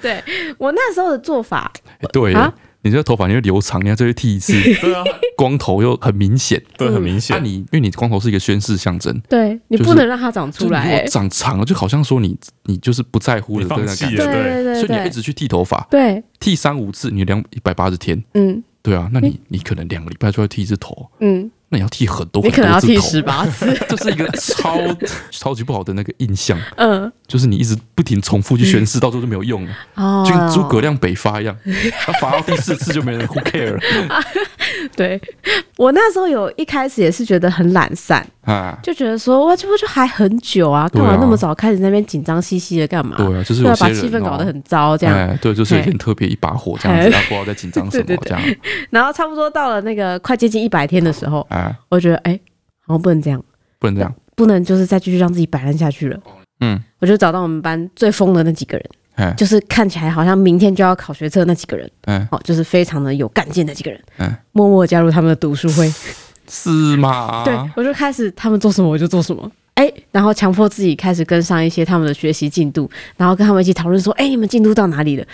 对，我那时候的做法，哎对耶啊，你这个头发你会留长，你要再去剃 [laughs] 一次，对啊，光头又很明显。 [laughs] 对，啊嗯很明那显。啊你因为你光头是一个宣誓象征，对你就是不能让它长就出是来、你如果长长了，就好像说你你就是不在乎了你这放个感弃觉了，对对所对以你要一对直去剃头发，对，剃三五次，你两一百八十天，嗯对啊，那你你可能两个礼拜就要剃一次头，嗯，那你要剃很多，你可能要很多次剃头十八次， [laughs] 这是一 [laughs] 个超超级不好的那个印象，嗯，就是你一直不停重复去宣誓，到最后就没有用了， [laughs] 哦就跟诸葛亮北伐一 [laughs] 样，他伐到第四次就没人 who care 了对我那时候有一开始也是觉得很懒散，啊。就觉得说哇，这不就还很久啊，对干啊嘛那么早开始在那边紧张兮兮的干嘛？对啊，就是对有啊，些把人、哦、气氛搞得很糟这样。哎，对，就是有些人嘿特别一把火这样子，哎他不知道在紧张什么 [laughs] 对对这对样，然后差不多到了那个快接近一百天的时候，哎，我觉得哎，好像不能这样，不能这样，不能就是再继续让自己摆烂下去了。嗯，我就找到我们班最疯的那几个人，哎就是看起来好像明天就要考学测那几个人，哎，哦，就是非常的有干劲的几个人，嗯默默加入他们的读书会，是吗？对我就开始他们做什么我就做什么。哎，然后强迫自己开始跟上一些他们的学习进度，然后跟他们一起讨论说，哎，你们进度到哪里了？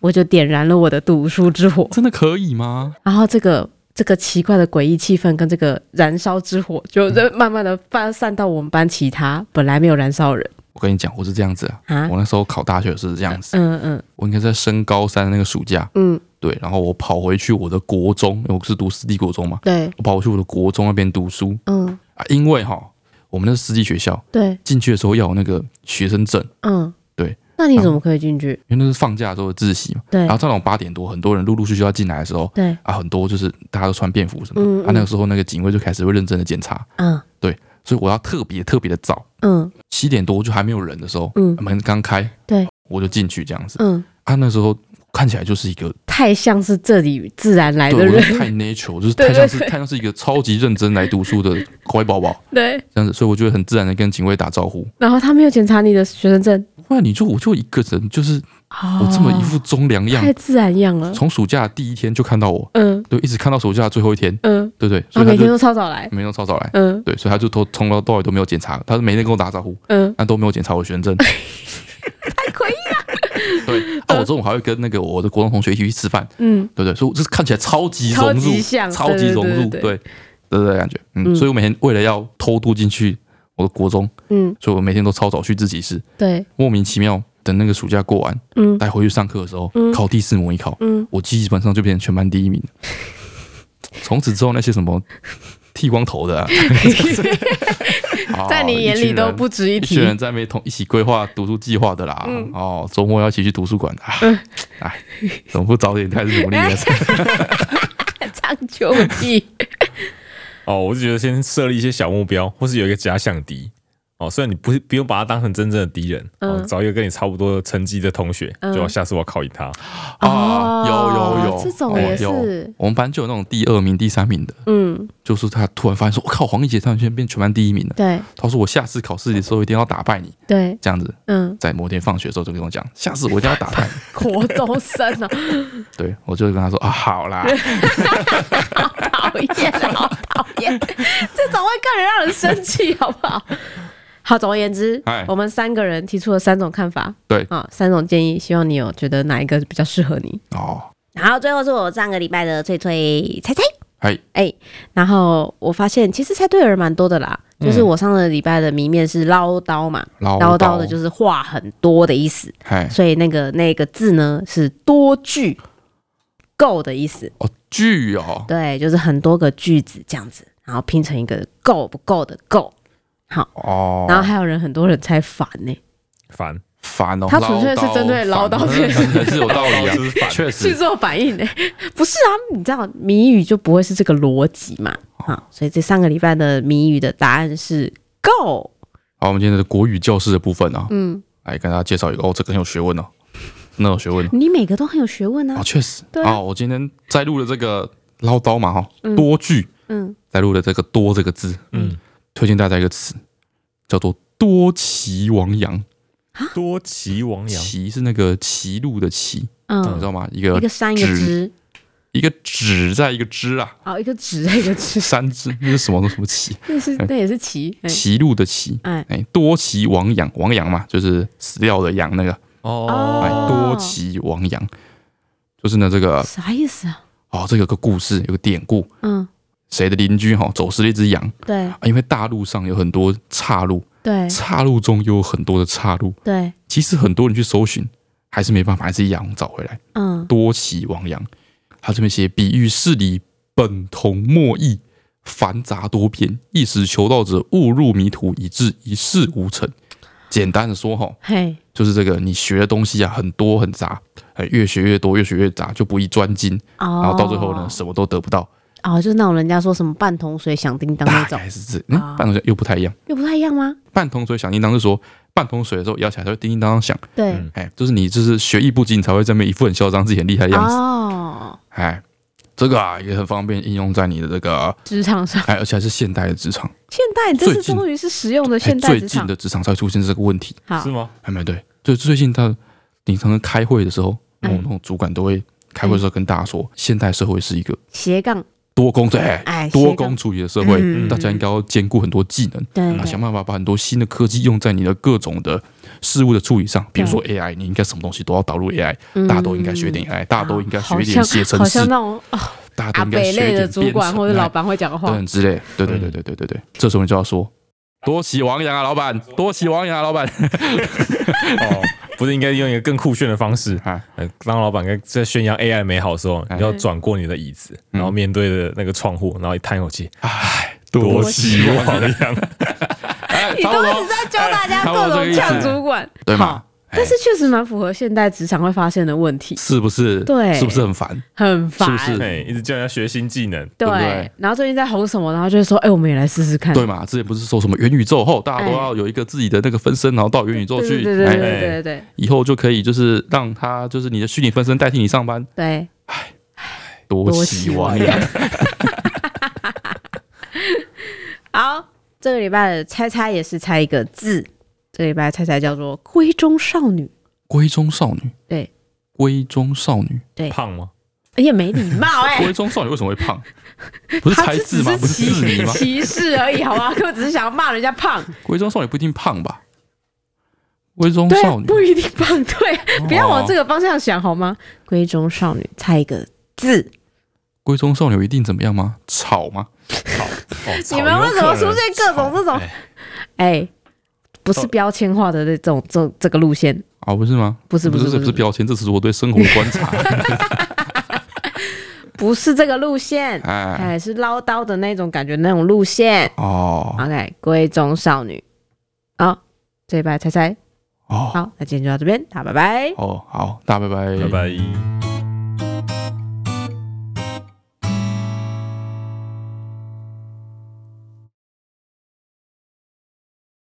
我就点燃了我的读书之火，真的可以吗？然后这个这个奇怪的诡异气氛跟这个燃烧之火，就就慢慢的发散到我们班其他本来没有燃烧的人我跟你讲，我是这样子啊，啊我，那时候考大学是这样子，嗯嗯我应该在升高三那个暑假，嗯，对，然后我跑回去我的国中，因为我是读私立国中嘛，对，我跑回去我的国中那边读书嗯啊，因为哈，我们那是私立学校，对，进去的时候要有那个学生证，嗯对。嗯那你怎么可以进去？因为那是放假的时候的自习嘛。对然后到那种八点多，很多人陆陆续续要进来的时候，对，啊，很多就是大家都穿便服什么的，嗯嗯啊，那个时候那个警卫就开始会认真的检查，嗯所以我要特别特别的早，嗯七点多就还没有人的时候，嗯门刚开，对，我就进去这样子。嗯，啊，那时候看起来就是一个，太像是这里自然来的对我人觉，得太 natural，就是对太对像是对太像是一个超级认真来读书的乖宝宝对。这样子，所以我就会很自然的跟警卫打招呼。然后他没有检查你的学生证，后来你就我就一个人，就是哦我这么一副忠良样太，自然样了。从暑假第一天就看到我，嗯对，一直看到暑假的最后一天，嗯，对不对？所他以他每天就都超早来。没弄超早来，嗯对，所以他就都从头到尾都没有检查，他是每天跟我打招呼，嗯，但都没有检查我学生证， [laughs] 太诡异。对。啊，我中午还会跟那个我的国中同学一起去吃饭，嗯，对不对？所以我这看起来超级融超入级，像超级融入，对对对对，对对，感觉，嗯。嗯所以我每天为了要偷渡进去我的国中，嗯，所以我每天都超早去自习室，对，莫名其妙等那个暑假过完，嗯带回去上课的时候，考第四模拟考， [laughs] 嗯我基本上就变成全班第一名了。从此之后，那些什么剃光头的啊、哦在你眼里都不值一嗯一提群。人在那边同一起规划读书计划的啦。哦，周末要一起去图书馆啊！嗯哎，怎么不早点开始努力啊 [laughs] 呢？长久计。哦，我就觉得先设立一些小目标，或是有一个假想敌。哦，虽然你不不用把他当成真正的敌人，嗯哦，找一个跟你差不多成绩的同学，嗯就要下次我要考赢他。啊，有有有，哦这种哦也有是。我们班就有那种第二名、第三名的，嗯，就是他突然发现说：“我靠，黄奕杰突然间变全班第一名了。对”他说：“我下次考试的时候一定要打败你。对”，这样子，嗯，在某天放学的时候就跟我讲：“下次我一定要打 [laughs] 败你。”国中生哦，对，我就跟他说啊，好啦， [laughs] 讨厌，好讨厌，这种会更让人生气，好不好？好，总而言之哎，我们三个人提出了三种看法，对啊、三种建议，希望你有觉得哪一个比较适合你。哦，然后最后是我上个礼拜的脆脆猜猜，嘿，哎、然后我发现其实猜对的人蛮多的啦，就是我上个礼拜的谜面是唠叨嘛，唠，嗯唠叨的就是是话很多的意思，嘿，所以那个那个字呢是多句够的意思，哦，句哦，对，就是很多个句子这样子，然后拼成一个够不够的够。哦，然后还有人很多人猜烦呢、烦，烦哦，他纯粹是唠叨针对唠叨烦哦这件事 [laughs] 很是有道理然后 [laughs] 就啊，是烦。确去实，做反应呢、 [laughs] 不是啊，你知道谜语就不会是这个逻辑嘛？啊，所以这上个礼拜的谜语的答案是够。好，我们今天的国语教室的部分啊，嗯，来跟大家介绍一个，哦，这个很有学问哦，那有学问哦，你每个都很有学问啊哦，。确实，对啊哦，我今天在录的这个唠叨嘛，哈，多句，嗯，在录的这个多这个字，嗯，推荐大家一个词，叫做多奇亡羊，啊多奇王羊，歧是那个歧路的歧，你知嗯，道吗？一一个个山一个指枝，一个只在一个之 [laughs] 啊，哦，一个直一个枝，三只那是什么什么歧？那是那也是奇，哎歧路的歧，哎，哎，多奇亡羊，亡羊嘛，就是死掉的羊那个，哎，哦多奇亡羊，就是呢这个啥意思啊？哦，这个有个故事，有个典故，嗯，谁的邻居哈、走失了一只羊、对啊因为大路上有很多岔路，对岔路中又有很多的岔路，对，其实很多人去搜寻，还是没办法把这只羊找回来，嗯，多奇亡羊。他这边写比喻事理本同莫异，繁杂多变，一时求道者误入迷途，以致一事无成。简单的说哈、嘿，就是这个你学的东西啊很多很杂，哎，越学越多，越学越杂，就不易专精，哦，然后到最后呢，什么都得不到。哦，就是那种人家说什么半桶水响叮当那大种，概是这，嗯，啊半桶水又不太一样。又不太一样吗？半桶水响叮当是说半桶水的时候摇起来它会叮叮当当响，对，嗯哎，就是你就是学艺不精你才会这么一副很嚣张自己很厉害的嗯样子，哦，哎，这个啊也很方便应用在你的这个，职场上，哎，而且还是现代的职场，现代这是最近终于是实用的哎现，代最职近场，的职场才会出现这个问题，好是，吗？哎，没对，就最近他你常常开会的时候，那哎种那种主管都会开会的时候跟大家说，现代社会是一个斜杠，多工对。哎哎，多斜杠工，处理的社会，嗯大家应该要兼顾很多技能，对啊，对想办法把很多新的科技用在你的各种的事物的处理上，比如说 AI，你应该什么东西都要导入 AI，嗯大家都应该学点 AI，大家都应该学点写程好式像，那种哦大家都阿应该北学类的点主编管程或者老嗯哎板会讲的等话等，之类。对对对对对对对，这时候你就要说。多起王羊啊，老板！多起王羊啊，老板！ [laughs] 哦，不是应该用一个更酷炫的方式？ [laughs] 哎，呃当老板在宣扬 AI 美好的时候，哎你要转过你的椅子，然后面对着那个窗户，然后一叹一口气，多希希望望，样。哎，你差不都多哎是，在教大家差不多各这个种意思哎呛主管，对嘛好？但是确实蛮符合现代职场会发现的问题，是不是？对是不是很烦？很烦，是不是 [laughs] 哎，一直叫人家学新技能，对不对然后最近在红什么，然后就会说，哎，我们也来试试看，对嘛？之前不是说什么元宇宙后，大家都要有一个自己的那个分身，然后到元宇宙哎对去，对对对哎对对对对以后就可以就是让他就是你的虚拟分身代替你上班，对，多希望多希呀！ [laughs] 好，这个礼拜的猜猜也是猜一个字，这个礼拜的猜猜叫做“闺中少女闺中少女，对，闺中少女，胖吗？”，也没礼貌 [laughs] 哎、闺中少女为什么会 [laughs] 胖？不是猜字吗？他不只是字谜歧吗？歧视而已，好吧？我只是想要骂人家胖，闺中少女不一定胖吧？闺中对啊少，女，不一定胖，对，哦不要往这个方向想好吗？闺中少女，猜一个字，闺中少女一定怎么样吗？吵吗？好，哦你们为什么出现各种这种？哎哎、不是标签化的这种这这个路线，啊，不是吗？不是不不是这不不是是标签，这只是我对生活的观察。 [laughs] 不是这个路线，哎，哎，是唠叨的那种感觉，那种路线。哦 OK，闺中少女。好，这一拜猜猜。哦好，那今天就到这边，好，拜拜。哦，好，大家拜拜，拜拜。